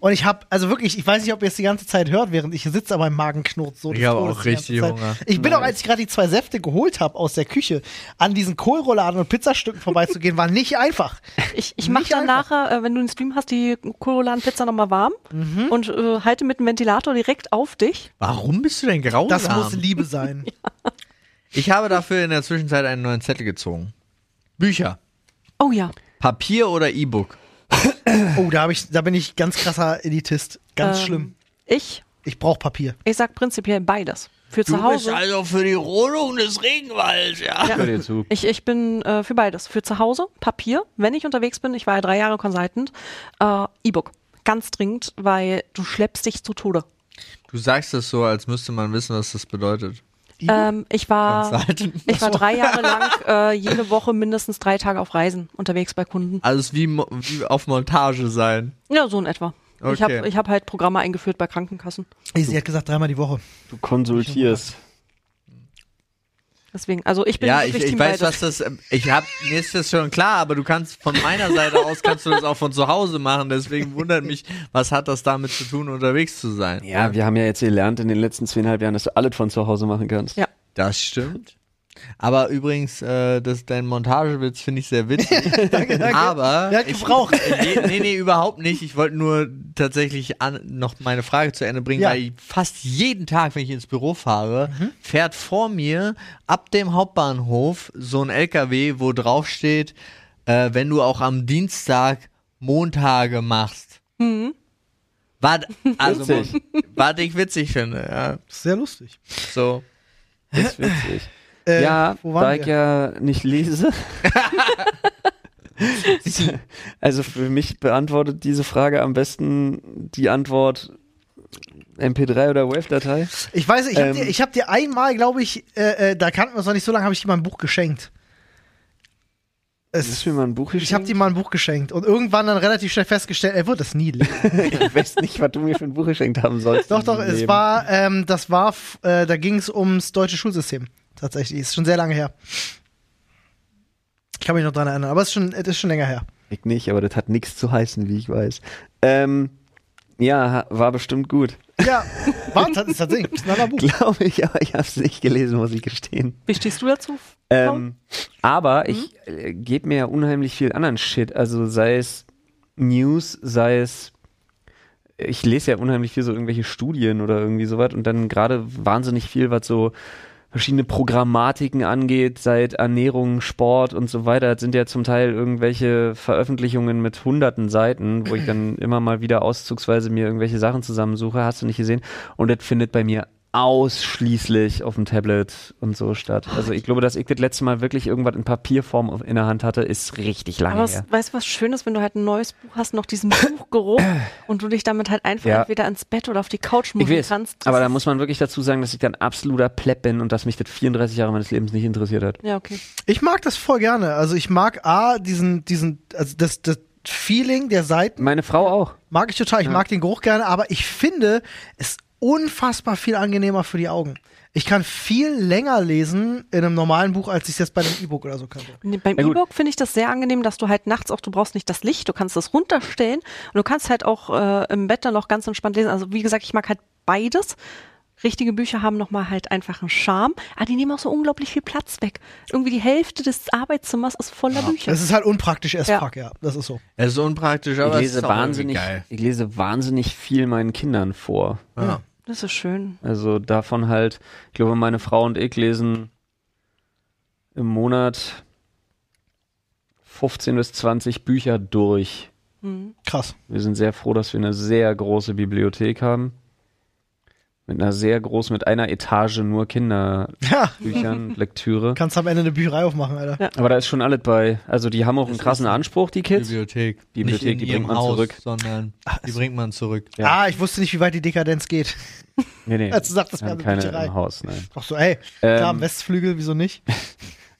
Und ich habe, also wirklich, ich weiß nicht, ob ihr es die ganze Zeit hört, während ich hier sitze, aber mein Magen knurrt so.
Ich
des
habe
Todes
auch
die ganze
richtig
Zeit.
Hunger.
Ich bin auch, als ich gerade die zwei Säfte geholt habe aus der Küche, an diesen Kohlrouladen und Pizzastücken vorbeizugehen, war nicht einfach.
Ich, ich mache
Nicht
dann
einfach.
nachher, äh, wenn du den Stream hast, die Corollan-Pizza nochmal warm
Mhm.
und äh, halte mit dem Ventilator direkt auf dich.
Warum bist du denn grausam?
Das muss Liebe sein.
ich habe dafür in der Zwischenzeit einen neuen Zettel gezogen. Bücher.
Oh ja.
Papier oder E-Book?
Oh, da, hab ich, da bin ich ganz krasser Elitist. Ganz
Ähm,
schlimm.
Ich,
Ich brauche Papier.
ich sag prinzipiell beides. Für zu Hause.
also für die Rodung des Regenwalds, ja.
Hör dir zu.
Ich, ich bin äh, für beides. Für zu Hause, Papier. Wenn ich unterwegs bin, ich war ja drei Jahre Consultant, äh, E-Book. Ganz dringend, weil du schleppst dich zu Tode.
Du sagst das so, als müsste man wissen, was das bedeutet.
Mhm.
Ähm, ich war,
Consultant.
ich war drei Jahre lang äh, jede Woche mindestens drei Tage auf Reisen unterwegs bei Kunden.
Also es ist wie, mo- wie auf Montage sein.
Ja, so in etwa. Ich
Okay.
habe ich hab halt Programme eingeführt bei Krankenkassen.
Sie hat gesagt, dreimal die Woche.
Du konsultierst.
Deswegen, also ich bin
ja, ich,
wirklich
ich
Team
weiß, was
beides.
das. ähm, Ich hab, mir ist das schon klar, aber du kannst von meiner Seite aus kannst du das auch von zu Hause machen. Deswegen wundert mich, was hat das damit zu tun, unterwegs zu sein?
Ja, wir haben ja jetzt gelernt in den letzten zweieinhalb Jahren, dass du alles von zu Hause machen kannst.
Ja.
Das stimmt. Aber übrigens, äh, das, dein Montagewitz finde ich sehr witzig.
danke.
Aber.
Der hat
ich-
gebraucht.
Nee, nee, nee, überhaupt nicht. Ich wollte nur tatsächlich an, noch meine Frage zu Ende bringen,
Ja. Mhm.
weil ich fast jeden Tag, wenn ich ins Büro fahre, fährt vor mir ab dem Hauptbahnhof so ein LKW, wo drauf steht, äh, wenn du auch am Dienstag Montage machst.
Mhm.
War, also,
Witzig.
was ich witzig finde, ja.
Sehr lustig.
So.
Das ist witzig.
Äh,
ja,
wo
da
waren
ich
wir?
ja nicht lese. also für mich beantwortet diese Frage am besten die Antwort MP3 oder WAV-Datei.
Ich weiß, ich habe
Ähm,
dir, ich hab dir einmal, glaube ich, äh, äh, da kannten wir uns noch nicht so lange, habe ich dir mal ein Buch geschenkt.
Das
Es,
ist mir mal ein Buch
ich habe dir
geschenkt.
mal ein Buch geschenkt und irgendwann dann relativ schnell festgestellt, er wird das nie lesen.
Ich weiß nicht, was du mir für ein Buch geschenkt haben sollst.
Doch,
in
doch,
diesem
es
Leben.
war, ähm, das war, f- äh, da ging es ums deutsche Schulsystem. Tatsächlich. Ist schon sehr lange her. Ich kann mich noch dran erinnern, aber es ist schon, es ist schon länger her.
Ich nicht, aber das hat nichts zu heißen, wie ich weiß. Ähm, ja, ha- war bestimmt gut.
Ja, war tats- tatsächlich ein knaller Buch.
Glaube ich, aber ich habe es nicht gelesen, muss ich gestehen.
Wie stehst du dazu?
Ähm, aber ich äh, gebe mir ja unheimlich viel anderen Shit. Also sei es News, sei es. Ich lese ja unheimlich viel so irgendwelche Studien oder irgendwie sowas und dann gerade wahnsinnig viel, was so verschiedene Programmatiken angeht, seit Ernährung, Sport und so weiter. Das sind ja zum Teil irgendwelche Veröffentlichungen mit hunderten Seiten, wo ich dann immer mal wieder auszugsweise mir irgendwelche Sachen zusammensuche. Hast du nicht gesehen? Und das findet bei mir ausschließlich auf dem Tablet und so statt. Also ich glaube, dass ich das letzte Mal wirklich irgendwas in Papierform auf- in der Hand hatte, ist richtig lange
Aber es,
her.
weißt du, was schön ist, wenn du halt ein neues Buch hast, noch diesen Buchgeruch und du dich damit halt einfach
Ja.
entweder ins Bett oder auf die Couch
Ich
machen
weiß,
kannst.
aber
Das
da muss man wirklich dazu sagen, dass ich dann absoluter Plepp bin und dass mich das 34 Jahre meines Lebens nicht interessiert hat.
ist- Ja, okay.
Ich mag das voll gerne. Also ich mag A, diesen, diesen, also das, das Feeling der Seiten.
Meine Frau auch.
Mag ich total. Ich mag den Geruch gerne, aber ich finde es unfassbar viel angenehmer für die Augen. Ich kann viel länger lesen in einem normalen Buch, als ich es jetzt bei einem E-Book oder so könnte.
Nee, Beim
Ja, gut.
E-Book finde ich das sehr angenehm, dass du halt nachts auch, du brauchst nicht das Licht, du kannst das runterstellen und du kannst halt auch äh, im Bett dann noch ganz entspannt lesen. Also wie gesagt, ich mag halt beides. Richtige Bücher haben nochmal halt einfach einen Charme, aber die nehmen auch so unglaublich viel Platz weg. Irgendwie die Hälfte des Arbeitszimmers ist voller Bücher.
Es ist halt unpraktisch as
Ja.
fuck, ja. Das ist so.
Es ist unpraktisch, aber
Ich
es
lese,
ist auch irgendwie
wahnsinnig,
geil.
ich lese wahnsinnig viel meinen Kindern vor.
Ja.
Das ist schön.
Also davon halt, ich glaube, meine Frau und ich lesen im Monat 15 bis 20 Bücher durch.
Krass.
Wir sind sehr froh, dass wir eine sehr große Bibliothek haben. Mit einer sehr großen, mit einer Etage nur Kinderbüchern,
Ja,
Lektüre.
kannst am Ende eine Bücherei aufmachen, Alter.
Ja.
Aber da ist schon alles bei. Also die haben auch einen
ist
krassen
eine
Anspruch, die Kids.
Bibliothek.
Bibliothek,
Nicht in
die
ihrem
bringt man
Haus,
zurück.
Sondern die bringt man zurück.
Ja.
Ah, ich wusste nicht, wie weit die Dekadenz geht. Also
Nee, nee.
Als du sagtest,
wir
wir
haben
haben
keine
Bücherei.
im Haus, nein.
Ach so, ey,
Ähm.
klar, am Westflügel, wieso nicht?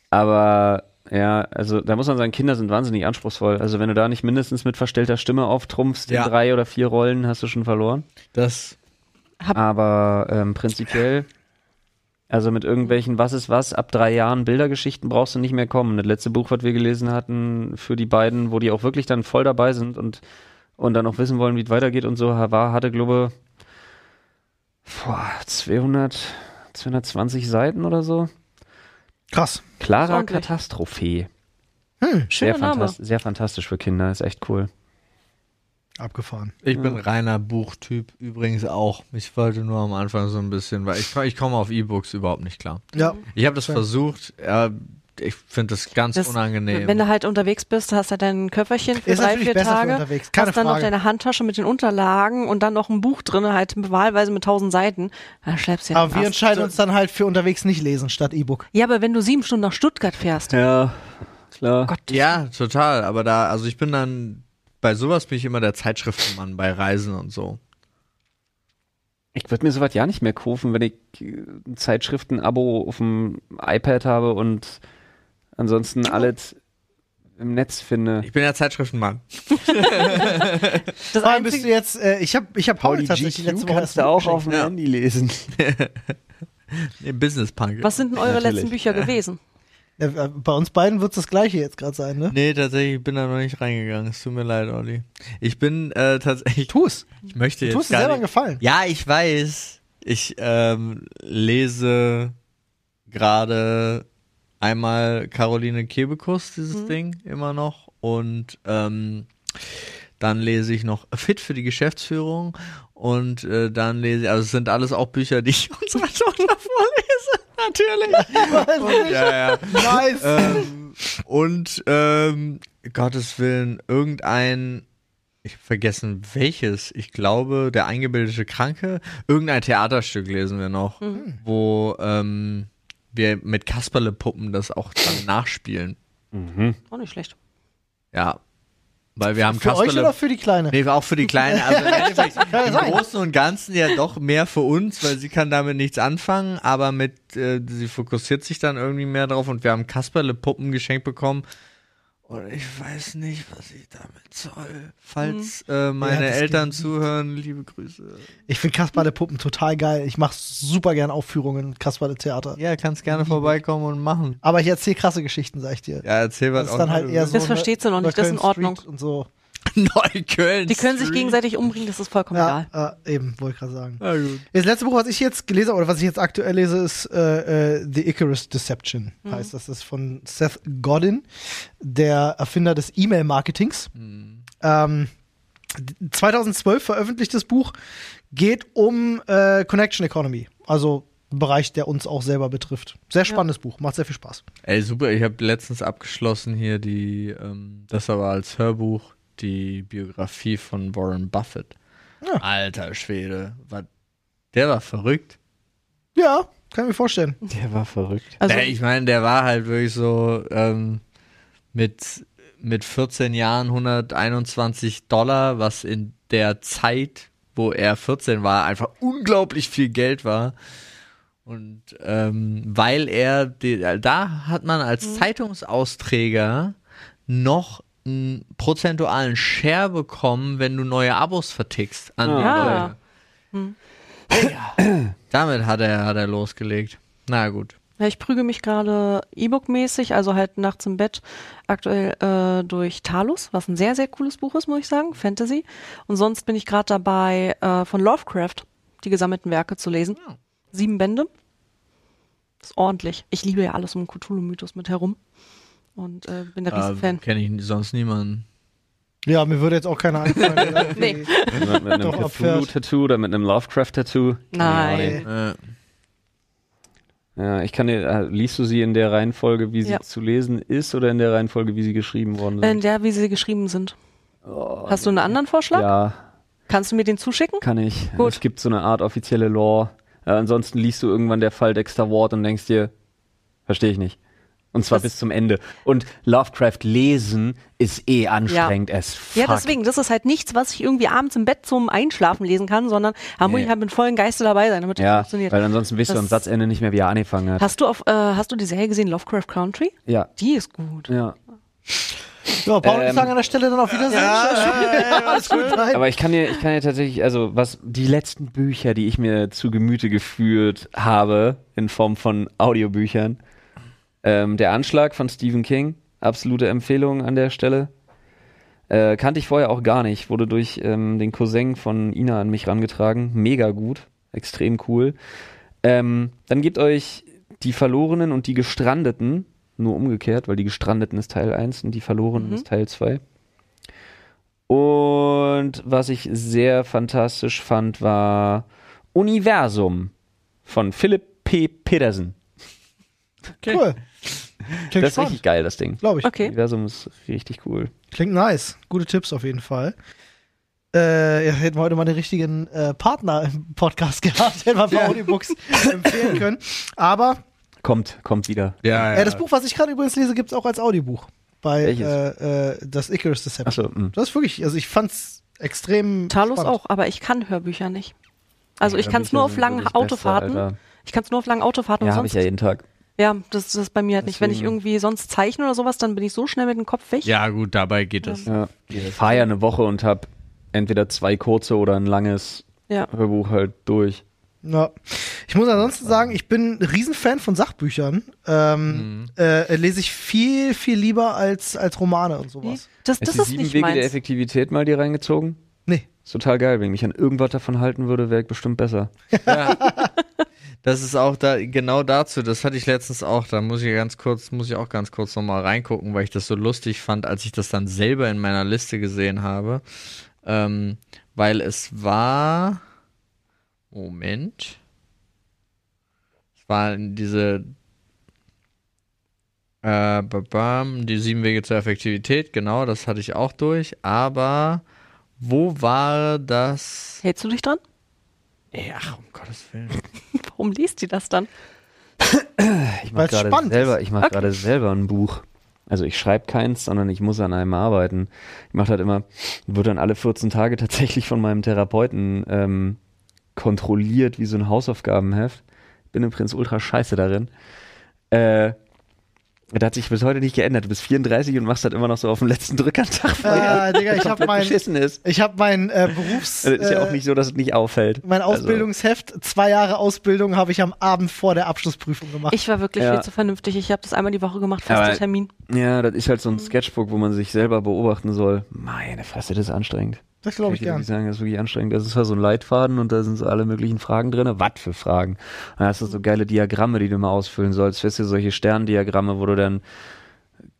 Aber ja, also da muss man sagen, Kinder sind wahnsinnig anspruchsvoll. Also wenn du da nicht mindestens mit verstellter Stimme auftrumpfst
Ja.
in drei oder vier Rollen, hast du schon verloren.
Das
Aber ähm, prinzipiell, also mit irgendwelchen Was ist was, ab drei Jahren Bildergeschichten brauchst du nicht mehr kommen. Das letzte Buch, was wir gelesen hatten für die beiden, wo die auch wirklich dann voll dabei sind und, und dann auch wissen wollen, wie es weitergeht und so, war, hatte, glaube boah, 200, 220 Seiten oder so.
Krass.
Ist
Clara
ordentlich.
Katastrophe.
Schöner
sehr,
Name.
fantas- sehr fantastisch für Kinder, ist echt cool.
Abgefahren.
Ich bin reiner Buchtyp übrigens auch. Ich wollte nur am Anfang so ein bisschen, weil ich, ich komme auf E-Books überhaupt nicht klar.
Ja.
Ich habe das versucht. Äh, ich finde das ganz
Das-
unangenehm.
Wenn du halt unterwegs bist, hast du halt dein Köfferchen für
Ist
drei,
natürlich
vier
besser für
Tage.
unterwegs, keine
hast dann noch
Frage.
deine Handtasche mit den Unterlagen und dann noch ein Buch drin, halt wahlweise mit tausend Seiten. Dann schleppst du ja
Aber
den
wir
Ast.
entscheiden uns dann halt für unterwegs nicht lesen statt E-Book.
Ja, aber wenn du sieben Stunden nach Stuttgart fährst,
Ja, klar.
Gott,
ja, total. Aber da, also ich bin dann bei sowas bin ich immer der Zeitschriftenmann bei Reisen und so.
Ich würde mir sowas ja nicht mehr kaufen, wenn ich äh, ein Zeitschriften-Abo auf dem iPad habe und ansonsten alles im Netz finde.
Ich bin der Zeitschriftenmann.
das
Vor allem bist du
Einzige,
jetzt, äh, ich habe ich hab Pauli tatsächlich letzte Woche erst
kannst du auch
geschenkt.
auf dem
Ja.
Handy lesen.
Im Business Punk.
was sind denn eure
Natürlich.
letzten Bücher gewesen?
Äh, äh, Bei uns beiden wird es das gleiche jetzt gerade sein, ne?
Nee, tatsächlich, ich bin da noch nicht reingegangen. Es tut mir leid, Olli. Ich bin äh, tatsächlich. Tu's. Ich
Du
möchte jetzt.
tust dir
gar
selber einen
nicht-
Gefallen.
Ja, ich weiß. Ich ähm, lese gerade einmal Caroline Kebekus, dieses Ding, immer noch. Und ähm, dann lese ich noch Fit für die Geschäftsführung. Und äh, dann lese ich, also es sind alles auch Bücher, die ich unserer Tochter vorlese, natürlich. Und, ja, ja.
Also Nice.
ähm, und ähm, Gottes Willen, irgendein, ich hab vergessen welches, ich glaube, der eingebildete Kranke, irgendein Theaterstück lesen wir noch, wo ähm, wir mit Kasperle-Puppen das auch dann nachspielen.
Auch nicht schlecht.
Ja. Weil wir haben
für euch
Kasperle.
oder für die Kleine?
Nee, auch für die Kleine. Also im Endeffekt
ja
im
sein.
Großen und Ganzen ja doch mehr für uns, weil sie kann damit nichts anfangen, aber mit, äh, sie fokussiert sich dann irgendwie mehr drauf und wir haben Kasperle-Puppen geschenkt bekommen. Und ich weiß nicht, was ich damit soll. Falls äh, meine
Ja, das
Eltern zuhören, liebe Grüße.
Ich finde Kasperle Puppen total geil. Ich mache super gern Aufführungen, Kasperle Theater.
Ja, kannst gerne vorbeikommen und machen.
Aber ich erzähle krasse Geschichten, sag ich dir.
Ja, erzähl was
Das ist dann halt eher so.
Das versteht sie noch
eine-
nicht, das ist in
Neukölln
Ordnung.
Street Und so.
Neukölln.
Die können sich
Street.
gegenseitig umbringen, das ist vollkommen
Ja,
egal.
äh, eben, wollte ich gerade sagen.
Na gut.
Das letzte Buch, was ich jetzt gelesen habe, oder was ich jetzt aktuell lese, ist äh, äh, The Icarus Deception.
Mhm.
Heißt das, ist von Seth Godin, der Erfinder des E-Mail-Marketings.
Hm.
Ähm, 2012 veröffentlichtes Buch geht um äh, Connection Economy, also ein Bereich, der uns auch selber betrifft. Sehr spannendes Buch, macht sehr viel Spaß.
Ey, super, ich habe letztens abgeschlossen hier die, ähm, das aber als Hörbuch, die Biografie von Warren Buffett.
Ja.
Alter Schwede, was- der war verrückt.
Ja, kann ich mir vorstellen.
Der war verrückt.
Also,
der, ich meine, der war halt wirklich so ähm, mit, mit 14 Jahren 121 Dollar, was in der Zeit, wo er 14 war, einfach unglaublich viel Geld war. Und ähm, weil er, die, da hat man als
Mhm.
Zeitungsausträger noch einen prozentualen Share bekommen, wenn du neue Abos vertickst an die
Ah.
Leute. Damit hat er, hat er losgelegt. Na gut.
Ja, ich prüge mich gerade E-Book-mäßig, also halt nachts im Bett, aktuell äh, durch Talus, was ein sehr, sehr cooles Buch ist, muss ich sagen, Fantasy. Und sonst bin ich gerade dabei, äh, von Lovecraft die gesammelten Werke zu lesen. Sieben Bände. Ist ordentlich. Ich liebe ja alles um den Cthulhu-Mythos mit herum. Und äh, bin der Riesenfan.
Kenne Ähm, ich sonst niemanden.
Ja, mir würde jetzt auch keiner einfallen. der da
Nee.
irgendwie-
Jemand mit einem
Doch, abfährt.
Cthulhu-Tattoo oder mit einem Lovecraft-Tattoo.
Nein.
Nee.
Äh,
Ja, ich kann dir, äh, liest du sie in der Reihenfolge, wie sie
Ja.
zu lesen ist oder in der Reihenfolge, wie sie geschrieben worden
In
sind?
der, Äh, wie sie geschrieben sind. Hast du einen anderen Vorschlag?
Oh, ja,
Kannst du mir den zuschicken?
kann ich.
Gut.
Es gibt so eine Art offizielle Lore. Äh, ansonsten liest du irgendwann der Fall Dexter Ward und denkst dir, verstehe ich nicht. Und zwar
Das-
bis zum Ende. Und Lovecraft lesen ist eh anstrengend as fuck.
Ja, deswegen, das ist halt nichts, was ich irgendwie abends im Bett zum Einschlafen lesen kann, sondern da muss
Nee.
ich halt mit vollem Geiste dabei sein, damit das
Ja,
funktioniert.
weil ansonsten wisst du
Das-
am Satzende nicht mehr, wie er angefangen hat.
Hast du auf, äh, hast du die Serie gesehen, Lovecraft Country?
Ja.
Die ist gut.
Ja.
Ja, Paul, ich
Ähm,
sage an der Stelle dann auf Wiedersehen. alles gut. Nein.
Aber ich kann dir, ich kann dir tatsächlich, also was die letzten Bücher, die ich mir zu Gemüte geführt habe, in Form von Audiobüchern, ähm, der Anschlag von Stephen King, absolute Empfehlung an der Stelle. Äh, kannte ich vorher auch gar nicht, wurde durch ähm, den Cousin von Ina an mich rangetragen. Mega gut, extrem cool. Ähm, dann gebt euch die Verlorenen und die Gestrandeten, nur umgekehrt, weil die Gestrandeten ist Teil 1 und die Verlorenen ist Teil 2. Und was ich sehr fantastisch fand, war Universum von Philipp P. Petersen.
Cool. Klingt
das ist richtig geil, das Ding.
glaube ich.
Okay.
Universum ist richtig cool.
Klingt nice. Gute Tipps auf jeden Fall. Äh, ja, hätten wir heute mal den richtigen äh, Partner im Podcast gehabt, hätten wir ein paar Audiobooks empfehlen können. Aber
Kommt, kommt wieder.
Ja,
äh, das Buch, was ich gerade übrigens lese, gibt es auch als Audiobuch. Bei
Welches?
äh, äh, das Icarus Deception.
Achso, hm. mh.
Das ist wirklich, also ich fand's extrem.
Talos
spannend.
auch, aber ich kann Hörbücher nicht. Also ich
Hörbücher
kann es nur auf
sind
langen
wirklich das Beste,
Autofahrten.
Alter.
ich kann es nur auf langen Autofahrten
Ja,
und
habe
sonst.
ich ja jeden Tag.
ja, das, das ist bei mir halt nicht. Wenn ich
Deswegen-
irgendwie sonst zeichne oder sowas, dann bin ich so schnell mit dem Kopf weg.
Ja, gut, dabei geht das.
Ja. Ich fahre ja eine Woche und habe entweder zwei kurze oder ein langes
Ja.
Hörbuch halt durch.
Ja. Ich muss ansonsten sagen, ich bin ein Riesenfan von Sachbüchern. Ähm, äh, lese ich viel, viel lieber als, als Romane und sowas.
Das,
Hast
das
du
ist
sieben
nicht
Wege der
meins.
Effektivität mal dir reingezogen?
Nee.
Ist total geil. Wenn ich mich an irgendwas davon halten würde, wäre ich bestimmt besser.
Das ist auch da genau dazu, das hatte ich letztens auch, da muss ich ganz kurz, muss ich auch ganz kurz nochmal reingucken, weil ich das so lustig fand, als ich das dann selber in meiner Liste gesehen habe. Ähm, weil es war. Moment. Es war diese. Äh, ba- bam, die sieben Wege zur Effektivität, genau, das hatte ich auch durch, aber wo war das?
Hältst du dich dran?
Ja, um Gottes Willen.
Warum liest die das dann?
Ich
Weil's
mache gerade
spannend
selber, ich mach
Okay.
gerade selber ein Buch. Also ich schreibe keins, sondern ich muss an einem arbeiten. Ich mache halt immer, wird dann alle 14 Tage tatsächlich von meinem Therapeuten ähm, kontrolliert wie so ein Hausaufgabenheft. Bin im Prinz ultra scheiße darin. Äh, das hat sich bis heute nicht geändert. Du bist 34 und machst das immer noch so auf dem letzten Drückertag, weil er
Äh, Digga, ich habe mein,
beschissen ist.
ich hab mein äh, Berufs.
Also ist ja auch
äh,
nicht so, dass es nicht auffällt.
Mein
Also-
Ausbildungsheft, zwei Jahre Ausbildung habe ich am Abend vor der Abschlussprüfung gemacht.
Ich war wirklich
Ja.
viel zu vernünftig. Ich habe das einmal die Woche gemacht, fester
Aber-
Termin.
Ja, das ist halt so ein Sketchbook, wo man sich selber beobachten soll. Meine Fresse, das ist anstrengend.
das glaube ich
Kann dir
gern.
wirklich sagen, das ist wirklich anstrengend. Das ist zwar so ein Leitfaden und da sind so alle möglichen Fragen drin. Was für Fragen? Und dann hast du so geile Diagramme, die du mal ausfüllen sollst. Weißt du, solche Sterndiagramme, wo du dann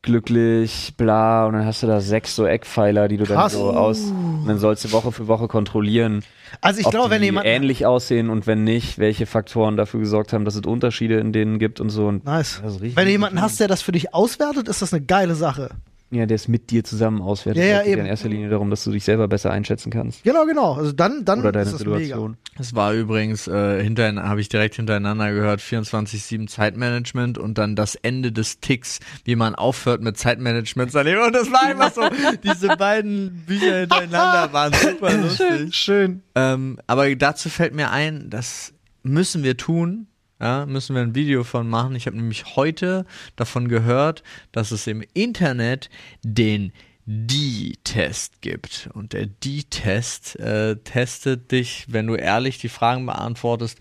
glücklich, bla, und dann hast du da sechs so Eckpfeiler, die du
Krass.
dann so aus, und dann sollst du Woche für Woche kontrollieren,
Also ich
ob
glaube,
die
wenn jemand.
ähnlich aussehen und wenn nicht, welche Faktoren dafür gesorgt haben, dass es Unterschiede in denen gibt und so. Und
Nice.
Das ist richtig
Wenn du
gut
jemanden hast, der das für dich auswertet, ist das eine geile Sache.
ja, der ist mit dir zusammen auswertet.
Ja, ja,
Es geht
eben.
in erster Linie darum, dass du dich selber besser einschätzen kannst.
Genau, genau. Also dann, dann
Oder deine
ist das
Situation.
mega.
Es war übrigens, äh, hinterein- habe ich direkt hintereinander gehört, 24-7 Zeitmanagement und dann das Ende des Ticks, wie man aufhört mit Zeitmanagement. sein Leben. Und das war einfach so, diese beiden Bücher hintereinander waren super lustig.
Schön.
Ähm, aber dazu fällt mir ein, das müssen wir tun. Ja, müssen wir ein Video von machen. Ich habe nämlich heute davon gehört, dass es im Internet den D-Test gibt. Und der D-Test äh, testet dich, wenn du ehrlich die Fragen beantwortest,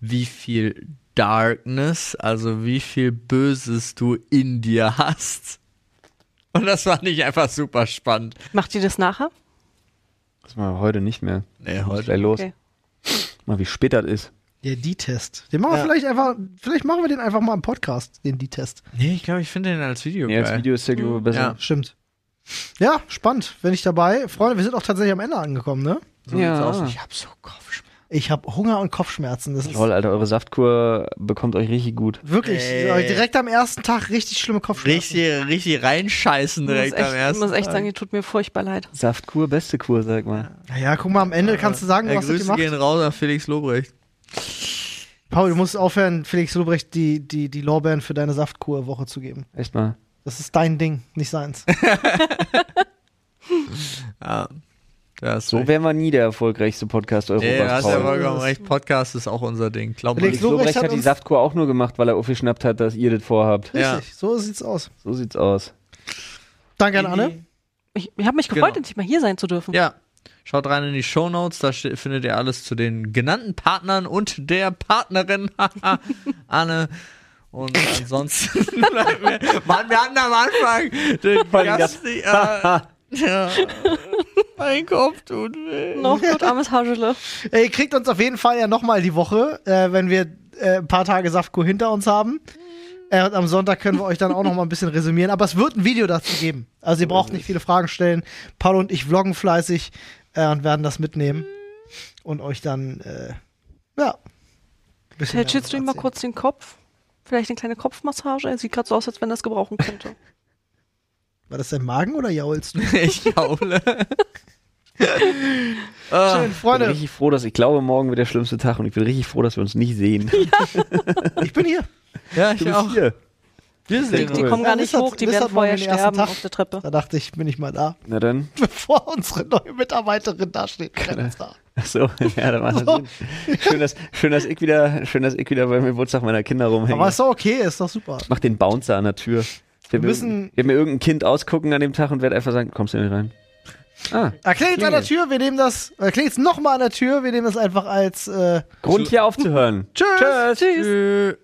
wie viel Darkness, also wie viel Böses du in dir hast. Und das war nicht einfach super spannend.
Macht die das nachher?
Das machen wir heute nicht mehr.
Nee,
Muss
heute-
Gleich los.
Okay.
Mal, wie spät das ist.
Der D-Test. Den machen wir vielleicht einfach, vielleicht machen wir den einfach mal im Podcast, den D-Test.
Nee, ich glaube, ich finde den als Video
Nee,
geil.
als Video ist der glaube ich, besser.
Ja.
Stimmt. Ja, spannend. Wenn ich dabei. Freunde, wir sind auch tatsächlich am Ende angekommen, ne?
So sieht's
Ja.
aus. Ich habe so Kopfschmerzen.
Ich habe Hunger und Kopfschmerzen. Das ist
Lol, Alter, eure Saftkur bekommt euch richtig gut.
wirklich äh,
Ey.
direkt am ersten Tag richtig schlimme Kopfschmerzen.
Richtig, richtig reinscheißen
Ich muss
direkt am
echt,
ersten.
muss echt sagen, die tut mir furchtbar leid.
Saftkur, beste Kur, sag mal.
Naja, guck mal, am Ende kannst du sagen,
Ja,
was du
Grüße
gemacht
gehen raus an Felix Lobrecht.
Paul, du musst aufhören, Felix Lobrecht die, die, die Lorbeeren für deine Saftkur-Woche zu geben.
Echt mal.
Das ist dein Ding, nicht seins.
Ja. Das
So wären wir nie der erfolgreichste Podcast Europas.
Ey, du hast ja
Paul.
vollkommen recht. Podcast ist auch unser Ding. Glaub mir.
Felix
Felix Lobrecht hat die
uns-
Saftkur auch nur gemacht, weil er aufgeschnappt hat, dass ihr das vorhabt.
Ja.
Richtig, so sieht's aus.
So sieht's aus.
Danke an alle.
Ich, ich habe mich gefreut,
Genau.
endlich mal hier sein zu dürfen.
Ja. Schaut rein in die Shownotes, da ste- findet ihr alles zu den genannten Partnern und der Partnerin. Haha, Anne. Und ansonsten bleiben wir- Mann, wir hatten am Anfang den
Vor allem
Gast, die, äh, ja, mein Kopf tut weh.
Noch gut, armes Haschele.
Ey, Äh, Ihr kriegt uns auf jeden Fall ja nochmal die Woche, äh, wenn wir äh, ein paar Tage Saftkur hinter uns
Mhm.
haben. Äh, und am Sonntag können wir euch dann auch nochmal ein bisschen resümieren. Aber es wird ein Video dazu geben. Also ihr braucht nicht viele Fragen stellen. Paul und ich vloggen fleißig äh, und werden das
Mhm.
mitnehmen. Und euch dann, äh, ja. ein bisschen mehr
Schützt du ihm mal
erzählen.
kurz den Kopf? Vielleicht eine kleine Kopfmassage? Er sieht gerade so aus, als wenn er es gebrauchen könnte.
War das dein Magen oder jaulst du?
Ich jaule. Ah,
Schön,
Ich bin
Freunde,
richtig froh, dass ich glaube, morgen wird der schlimmste Tag und ich bin richtig froh, dass wir uns nicht sehen.
ich bin hier.
ja, ich
Du bist
auch.
hier.
Wir
Die,
sehen
die
cool.
kommen gar
Ja,
nicht
Liz hat-
hoch, die
Liz
werden
hat morgen
vorher
den ersten
sterben
Tag.
auf der Treppe.
Da dachte ich, bin ich mal da.
Na dann.
Bevor unsere neue Mitarbeiterin da steht. keiner da.
Achso, ja, da war
So.
so. schön, dass, schön, dass ich wieder, schön, dass ich wieder beim Geburtstag meiner Kinder rumhänge.
Aber ist doch okay, ist doch super.
Mach den Bouncer an der Tür. Wir
müssen-
Wir mir irgendein Kind ausgucken an dem Tag und werde einfach sagen, kommst du nicht rein? Ah,
Er klingelt an der Tür, wir nehmen das, er klingelt nochmal an der Tür, wir nehmen das einfach als, äh,
Grund hier aufzuhören.
Tschüss.
Tschüss.
Tschüss.